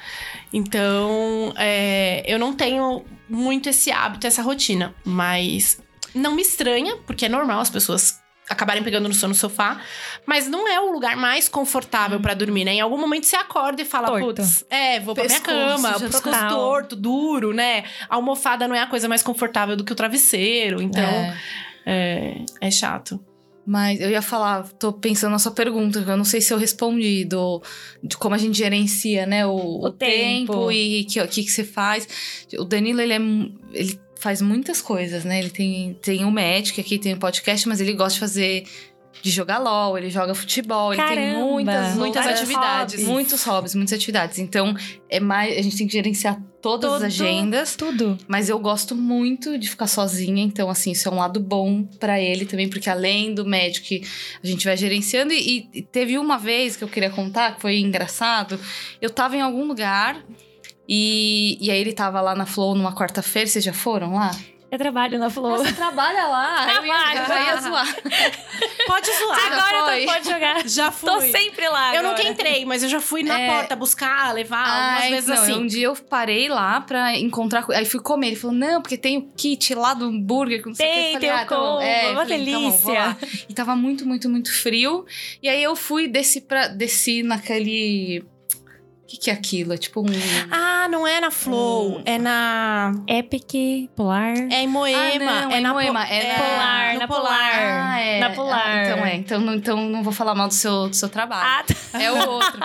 Então, é, eu não tenho muito esse hábito, essa rotina. Mas não me estranha, porque é normal as pessoas acabarem pegando no sono no sofá. Mas não é o lugar mais confortável pra dormir, né? Em algum momento você acorda e fala, Torto. putz, é, vou pra minha Pescoço, cama, já tá pescoço total. torto, duro, né? A almofada não é a coisa mais confortável do que o travesseiro, então É. é, é chato. Mas eu ia falar, tô pensando na sua pergunta, que eu não sei se eu respondi do, de como a gente gerencia, né, o, o tempo. tempo. e o que, que, que você faz. O Danilo, ele é. mu- Ele faz muitas coisas, né? Ele tem, tem o Magic aqui, tem o podcast, mas ele gosta de fazer. De jogar LOL, ele joga futebol, ele tem Caramba! muitas, Muitas outras- atividades. Muitos hobbies, muitas atividades. Então, é mais, a gente tem que gerenciar todas as Todo- agendas. Tudo. Mas eu gosto muito de ficar sozinha, então, assim, isso é um lado bom pra ele também, porque além do médico, que a gente vai gerenciando. E, e teve uma vez que eu queria contar, que foi engraçado. Eu tava em algum lugar e, e aí ele tava lá na Flow numa quarta-feira. Vocês já foram lá? Eu É trabalho na Flow. Você trabalha lá? Eu ia, eu já ia zoar. Pode zoar. Você Agora eu foi? tô, pode jogar. Já fui. Tô sempre lá. Eu nunca agora. entrei, mas eu já fui na É. porta buscar, levar, Ah, algumas Ai, vezes não, assim. Um dia eu parei lá pra encontrar. co- Aí fui comer. Ele falou: não, porque tem o kit lá do hambúrguer. que Não sei o Tem, que. Eu tem o ah, tá bom. combo, É, uma eu falei, "Então, delícia." vou lá. e tava muito, muito, muito frio. E aí eu fui, desci, pra, desci naquele. O que, que é aquilo? É tipo um. Ah, não é na Hum. Flow, é na. Epic, Polar. É em Moema. Ah, não, é é em na Moema, é na- Polar, no na Ah, é. Na Polar. Ah, então é. Então, não- então não vou falar mal do seu, do seu trabalho. Ah, tá. É o outro.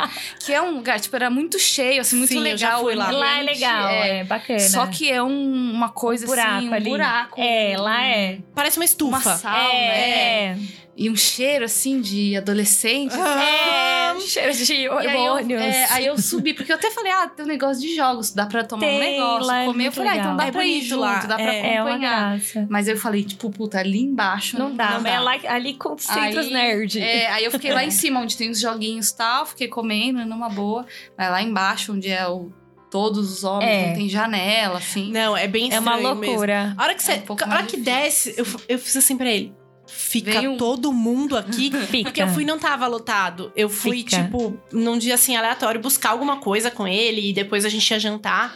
que é um lugar, tipo, era muito cheio, assim, muito Sim, eu legal. já fui lá. lá é ambiente, legal, é. é, bacana. Só que é um- uma coisa assim, um buraco. um, É, lá é. Parece uma Uma estufa. sauna, é. é. E um cheiro, assim, de adolescente. assim. É, cheiro de Ah, E aí eu, hormônios. é, aí eu subi, porque eu até falei, ah, tem um negócio de jogos, dá pra tomar um Tem, negócio, lá é comer. Eu muito falei, ah, então legal. dá É pra ir bonito junto, lá, dá pra é, é uma acompanhar. graça. Mas eu falei, tipo, puta, ali embaixo. Não dá, não mas é lá, ali concentra os Aí- nerds. É, aí eu fiquei lá em cima, onde tem os joguinhos e tal, fiquei comendo numa boa. Mas lá embaixo, onde é o todos os homens, É. não tem janela, assim. Não, é bem É uma estranho mesmo. loucura. A hora que, você, É um pouco a hora mais que difícil, desce, eu, eu fiz assim pra ele. Fica Veio um- todo mundo aqui. Fica. Porque eu fui e não tava lotado. Eu fui, Fica. tipo, num dia assim aleatório, buscar alguma coisa com ele e depois a gente ia jantar.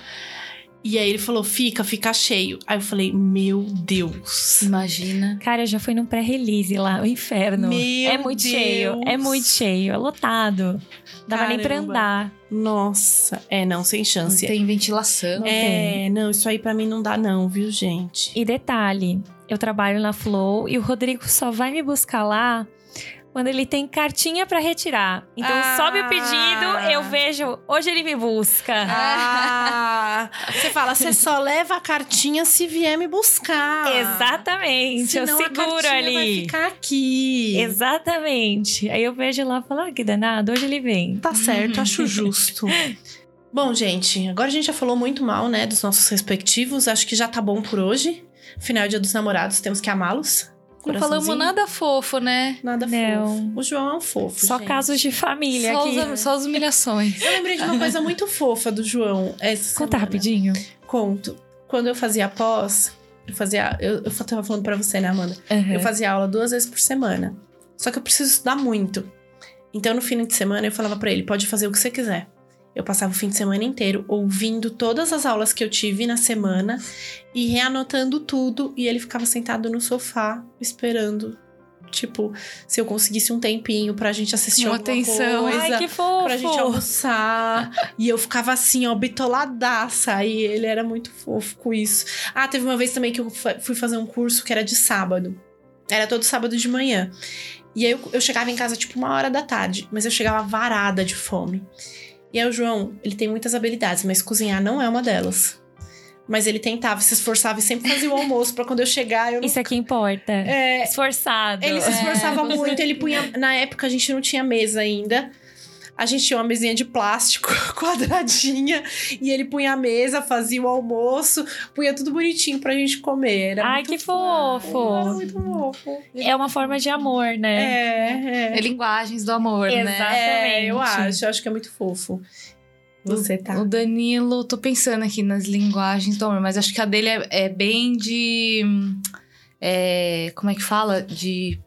E aí ele falou: fica, fica cheio. Aí eu falei: meu Deus. Imagina. Cara, eu já fui num pré-release lá, o inferno. Meu é muito Deus. cheio, é muito cheio, é lotado. Não dava nem pra Caramba. andar. Nossa. É, não, sem Não chance. tem ventilação. Não É, não, isso aí pra mim não dá, não, viu, gente? E detalhe, eu trabalho na Flow e o Rodrigo só vai me buscar lá quando ele tem cartinha pra retirar. Então Ah. sobe o pedido, eu vejo, hoje ele me busca. Ah, você fala, você só leva a cartinha se vier me buscar. Exatamente, Senão eu Ah. a seguro cartinha ali. vai ficar aqui. Exatamente. Aí eu vejo lá e falo, ah, que danado, hoje ele vem. Tá certo, acho justo. Bom, gente, agora a gente já falou muito mal, né, dos nossos respectivos. Acho que já tá bom por hoje. Final é dia dos namorados, temos que amá-los. Não falamos Coraçãozinho. nada fofo, né? Nada Não. fofo. O João é um fofo. Só gente. casos de família Só, aqui. as, só as humilhações. Eu lembrei de uma coisa muito fofa do João. Essa Conta semana. rapidinho. Conto. Quando eu fazia pós, eu fazia. Eu, eu tava falando pra você, né, Amanda? Uhum. Eu fazia aula duas vezes por semana. Só que eu preciso estudar muito. Então, no fim de semana, eu falava pra ele: pode fazer o que você quiser. Eu passava o fim de semana inteiro ouvindo todas as aulas que eu tive na semana e reanotando tudo. E ele ficava sentado no sofá esperando. Tipo, se eu conseguisse um tempinho pra gente assistir Uma alguma atenção. coisa Ai, que fofo. pra gente almoçar. e eu ficava assim, ó, bitoladaça. E ele era muito fofo com isso. Ah, teve uma vez também que eu fa- fui fazer um curso que era de sábado. Era todo sábado de manhã. E aí eu, eu chegava em casa tipo uma hora da tarde, mas eu chegava varada de fome. E aí o João, ele tem muitas habilidades, mas cozinhar não é uma delas. Mas ele tentava, se esforçava e sempre fazia o almoço pra quando eu chegar eu não... Isso é que importa. É, Esforçado. ele se esforçava É, com muito, ele punha. Na época a gente não tinha mesa ainda. A gente tinha uma mesinha de plástico quadradinha e ele punha a mesa, fazia o almoço, punha tudo bonitinho pra gente comer. Era Ai, muito que Era fofo. muito fofo. É uma forma de amor, né? É, é. É linguagens do amor, né? Exato. É, eu exatamente. acho, eu acho que é muito fofo. Você tá. O Danilo, tô pensando aqui nas linguagens do amor, mas acho que a dele é, é bem de. hum, é, como é que fala? De,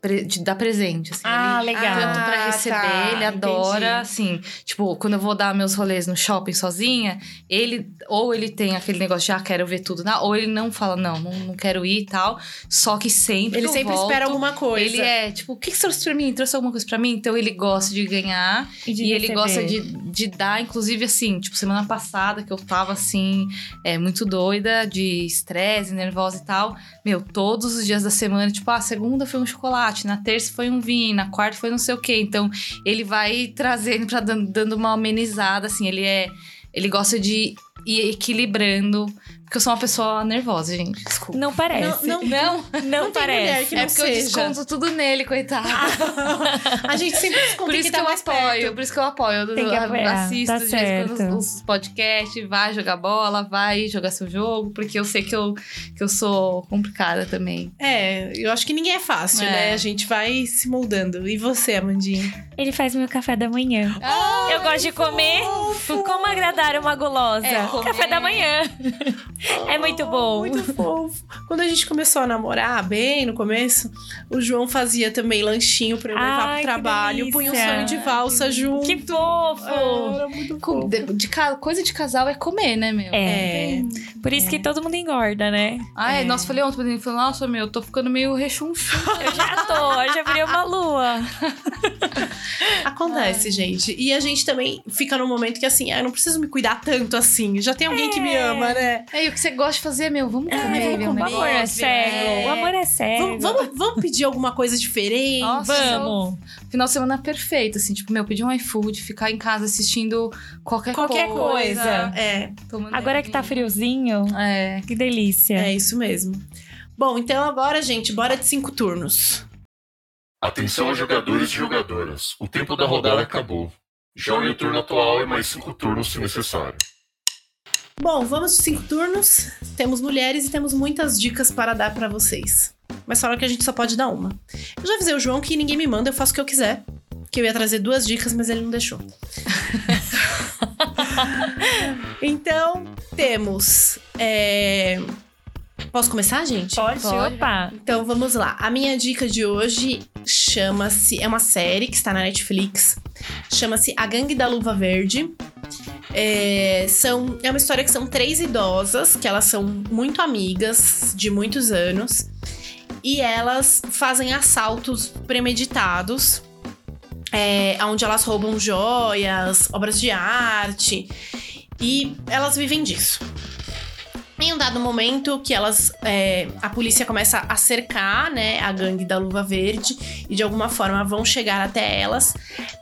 pre- de dar presente. Assim. Ah, Ele- legal. Tanto pra Ah, receber, tá, ele adora, assim. Tipo, quando eu vou dar meus rolês no shopping sozinha, ele. Ou ele tem aquele negócio de, ah, quero ver tudo, né? ou ele não fala, não, não, não quero ir e tal. Só que sempre. Ele que eu sempre volto, espera alguma coisa. Ele é, tipo, o que que você trouxe pra mim? Trouxe alguma coisa pra mim? Então ele gosta de ganhar. de E ele receber. gosta de, de dar, inclusive assim, tipo, semana passada que eu tava assim, é, muito doida, de estresse, nervosa e tal. Meu, todos os dias da semana, tipo, ah, segunda foi um chocolate, na terça foi um vinho, na quarta foi não sei o quê. Então, ele vai trazendo pra dan- dando uma amenizada, assim, ele é. Ele gosta de e equilibrando. Porque eu sou uma pessoa nervosa, gente. Desculpa. Não parece. Não, Não, Não, Não tem mulher parece. que é não porque eu seja. desconto tudo nele, coitado. A gente sempre desconta por quem isso Ah, que tá eu mais apoio, perto. por isso que eu apoio. Eu Tem que eu apoiar, assisto tá de vez em quando certo. os, os podcasts, vai jogar bola, vai jogar seu jogo, porque eu sei que eu, que eu sou complicada também. É, eu acho que ninguém é fácil, É. né? A gente vai se moldando. E você, Amandinha? Ele faz meu café da manhã. Ah, eu gosto de comer. Como agradar uma gulosa? É, comer. Café da manhã. é muito bom. Muito fofo. Quando a gente começou a namorar, bem no começo, o João fazia também lanchinho pra eu levar Ai, que pro trabalho. Punha um delícia. sonho de valsa junto. Que fofo! Ah, era muito fofo. De, de ca- coisa de casal é é. comer, né, meu? É. É. Por isso que todo mundo engorda, né? Ai, nossa, falei ontem pra ele, falei, nossa, meu, eu tô ficando meio rechonchuda. Eu já tô, eu já virei uma lua. É, Acontece, gente. E a gente também fica num momento que assim, ah, eu não preciso me cuidar tanto assim. Já tem alguém que me É. ama, né? É, e o que você gosta de fazer, meu, vamos comer, Ai, meu. vamos né? com- o negócio. amor é cego. É. O amor é cego. Vamos, vamos, vamos pedir alguma coisa diferente. Nossa, Vamos. Final de semana perfeito, assim, tipo, meu, pedir um iFood, ficar em casa assistindo qualquer, Qualquer coisa. coisa. É, tomando Agora que tá vinho. friozinho, É, que delícia. é isso mesmo. Bom, então agora, gente, bora de cinco turnos. Atenção, jogadores e jogadoras. O tempo da rodada acabou. Jogue o turno atual e mais cinco turnos se necessário. Bom, vamos de cinco turnos. Temos mulheres e temos muitas dicas para dar pra vocês. Mas falaram que a gente só pode dar uma. Eu já avisei o João que ninguém me manda, eu faço o que eu quiser. Que eu ia trazer duas dicas, mas ele não deixou. então, temos. é, Posso começar, gente? Pode, opa. Então vamos lá. A minha dica de hoje chama-se. É uma série que está na Netflix. Chama-se A Gangue da Luva Verde. É, são, é uma história que são três idosas, que elas são muito amigas de muitos anos. E elas fazem assaltos premeditados. É, onde elas roubam joias, obras de arte. E elas vivem disso. Em um dado momento que elas. é, a polícia começa a cercar, né, a gangue da Luva Verde e de alguma forma vão chegar até elas.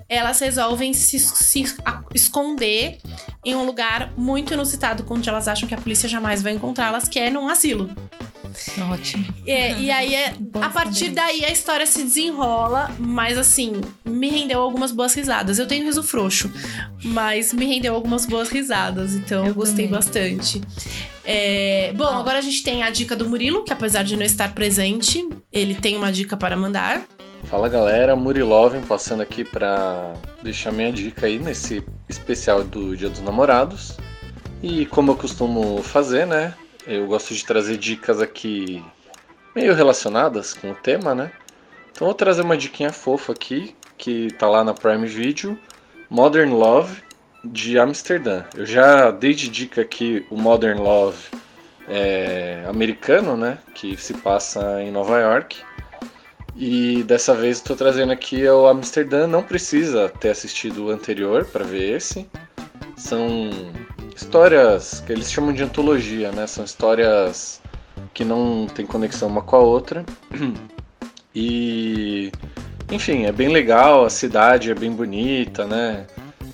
Elas resolvem se, se a- esconder em um lugar muito inusitado, onde elas acham que a polícia jamais vai encontrá-las, que é num asilo. ótimo. É, e aí, é, Bom a partir saber. daí, a história se desenrola, mas assim, me rendeu algumas boas risadas. Eu tenho riso frouxo, mas me rendeu algumas boas risadas, então eu gostei também. bastante. É, bom, agora a gente tem a dica do Murilo, que apesar de não estar presente, ele tem uma dica para mandar. Fala galera, Murilovin passando aqui pra deixar minha dica aí nesse especial do Dia dos Namorados. E como eu costumo fazer, né? Eu gosto de trazer dicas aqui meio relacionadas com o tema, né? Então vou trazer uma diquinha fofa aqui, que tá lá na Prime Video, Modern Love de Amsterdã. Eu já dei de dica aqui o Modern Love é, americano, né? Que se passa em Nova York. E dessa vez estou trazendo aqui é o Amsterdã. Não precisa ter assistido o anterior para ver esse. São histórias que eles chamam de antologia, né? São histórias que não têm conexão uma com a outra. E enfim, é bem legal, a cidade é bem bonita, né?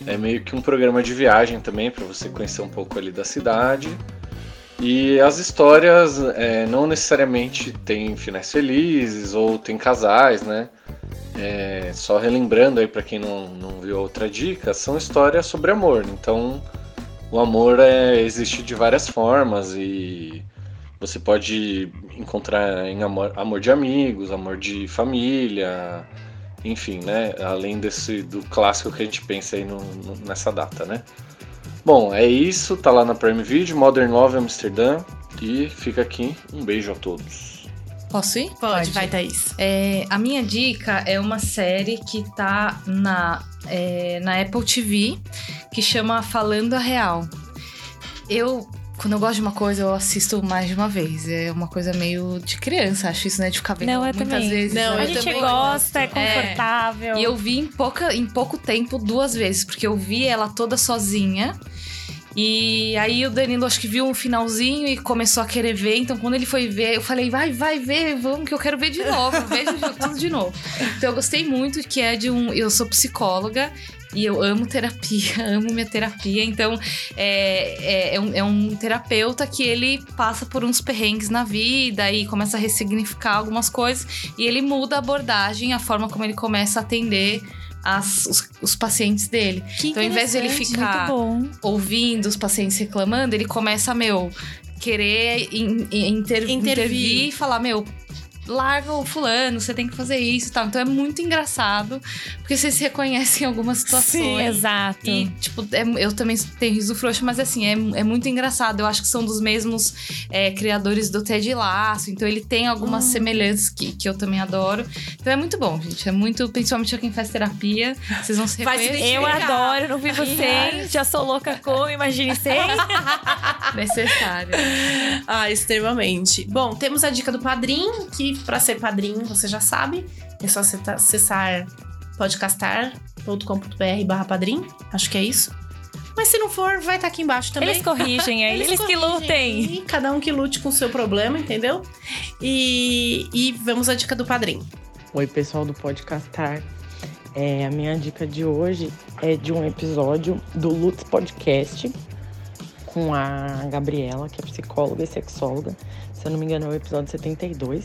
É meio que um programa de viagem também para você conhecer um pouco ali da cidade. E as histórias é, não necessariamente têm finais felizes ou tem casais, né? É, só relembrando aí para quem não, não viu a outra dica, são histórias sobre amor. Então, o amor é, existe de várias formas e você pode encontrar em amor, amor de amigos, amor de família, enfim, né? Além desse do clássico que a gente pensa aí no- no- nessa data, né? Bom, é isso. Tá lá na Prime Video, Modern Love Amsterdã. E fica aqui. Um beijo a todos. Posso ir? Pode, vai, Thaís. É, a minha dica é uma série que tá na, é, na Apple TV que chama Falando a Real. Eu, quando eu gosto de uma coisa, eu assisto mais de uma vez. É uma coisa meio de criança, acho isso, né? De ficar vendo Não, eu muitas também. vezes. Não, né? a eu gente também gosta, é gosto. É. confortável. E eu vi em, pouca, em pouco tempo duas vezes, porque eu vi ela toda sozinha. E aí o Danilo acho que viu um finalzinho e começou a querer ver. Então quando ele foi ver, eu falei, vai, vai ver, vamos, que eu quero ver de novo. Vejo tudo de novo. Então eu gostei muito que é de um. Eu sou psicóloga. E eu amo terapia, amo minha terapia. Então, é, é, é um, é um terapeuta que ele passa por uns perrengues na vida e começa a ressignificar algumas coisas. E ele muda a abordagem, a forma como ele começa a atender as- os, os pacientes dele. Que então, ao invés de ele interessante, ficar muito ouvindo os pacientes reclamando, ele começa, meu, querer in- in- inter- intervir. e falar, meu. Larga o fulano, você tem que fazer isso e tal. Então é muito engraçado, porque você se reconhece em algumas situações. Sim, exato. E, tipo, é- eu também tenho riso frouxo, mas assim, é, é muito engraçado. Eu acho que são dos mesmos é, criadores do Ted Laço, então ele tem algumas semelhanças que, que eu também adoro. Então é muito bom, gente. É muito, principalmente quem faz terapia, vocês vão se Vai se reconhecer. Eu adoro, não vi vocês. Já sou louca como, imagine vocês. Necessário. Ah, extremamente. Bom, temos a dica do padrinho, que pra ser padrinho, você já sabe, é só aceta- acessar podcastar.com.br barra padrim, acho que é isso. Mas se não for, vai estar aqui embaixo também. Eles corrigem aí, eles que lutem. aí, cada um que lute com o seu problema, entendeu? E, e vamos à dica do padrinho. Oi, pessoal do Podcastar. É, a minha dica de hoje é de um episódio do Lutz Podcast com a Gabriela, que é psicóloga e sexóloga. Se eu não me engano, é o episódio 72.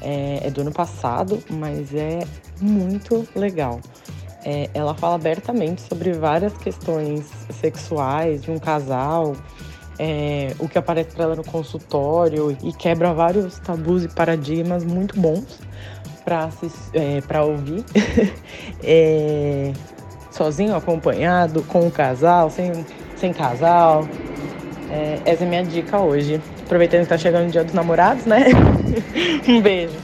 É, é do ano passado, mas é muito legal. É, ela fala abertamente sobre várias questões sexuais de um casal, é, o que aparece para ela no consultório e quebra vários tabus e paradigmas muito bons para é, pra ouvir. É, sozinho, acompanhado, com o casal, sem, sem casal. É, essa é minha dica hoje. Aproveitando que tá chegando o dia dos namorados, né? um beijo.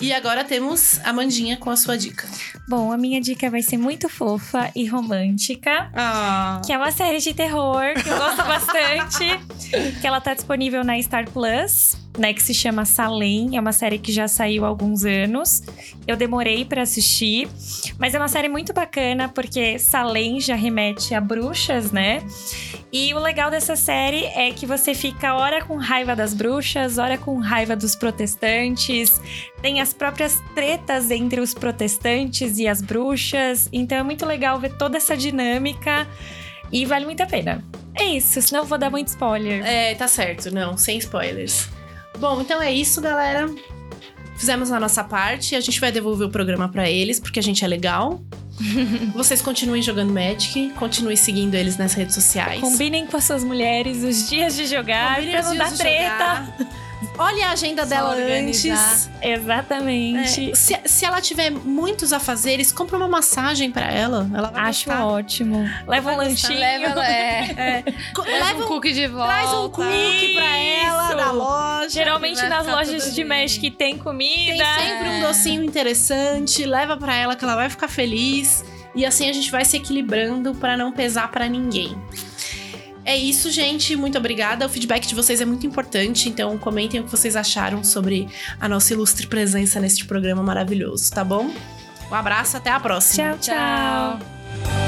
E agora temos a Mandinha com a sua dica. Bom, a minha dica vai ser muito fofa e romântica. Ah. Que é uma série de terror que eu gosto bastante. que ela tá disponível na Star Plus, né? Que se chama Salem. É uma série que já saiu há alguns anos. Eu demorei pra assistir. Mas é uma série muito bacana, porque Salem já remete a bruxas, né? E o legal dessa série é que você fica hora com raiva das bruxas, hora com raiva dos protestantes, tem as próprias tretas entre os protestantes e as bruxas. Então é muito legal ver toda essa dinâmica e vale muito a pena. É isso, senão eu vou dar muito spoiler. É, tá certo, não, sem spoilers. Bom, então é isso, galera. Fizemos a nossa parte, a gente vai devolver o programa pra eles, porque a gente é legal. Vocês continuem jogando Magic, continuem seguindo eles nas redes sociais. Combinem com as suas mulheres os dias de jogar Combinem pra os não dias dar de treta. Olha a agenda Só dela organizar. É. antes. Exatamente. É, se, se ela tiver muitos afazeres, compra uma massagem pra ela. Ela vai Acho ótimo. Leva um lanchinho. Leva ela, é. Co- Leva leva um um- cookie de volta. Traz um cookie pra ela Isso. da loja. Geralmente Vai nas ficar lojas tudo de bem. Magic tem comida. Tem sempre um docinho interessante, leva pra ela que ela vai ficar feliz e assim a gente vai se equilibrando pra não pesar pra ninguém. É isso, gente. Muito obrigada. O feedback de vocês é muito importante, então comentem o que vocês acharam sobre a nossa ilustre presença neste programa maravilhoso, tá bom? Um abraço, até a próxima. Tchau, tchau. tchau.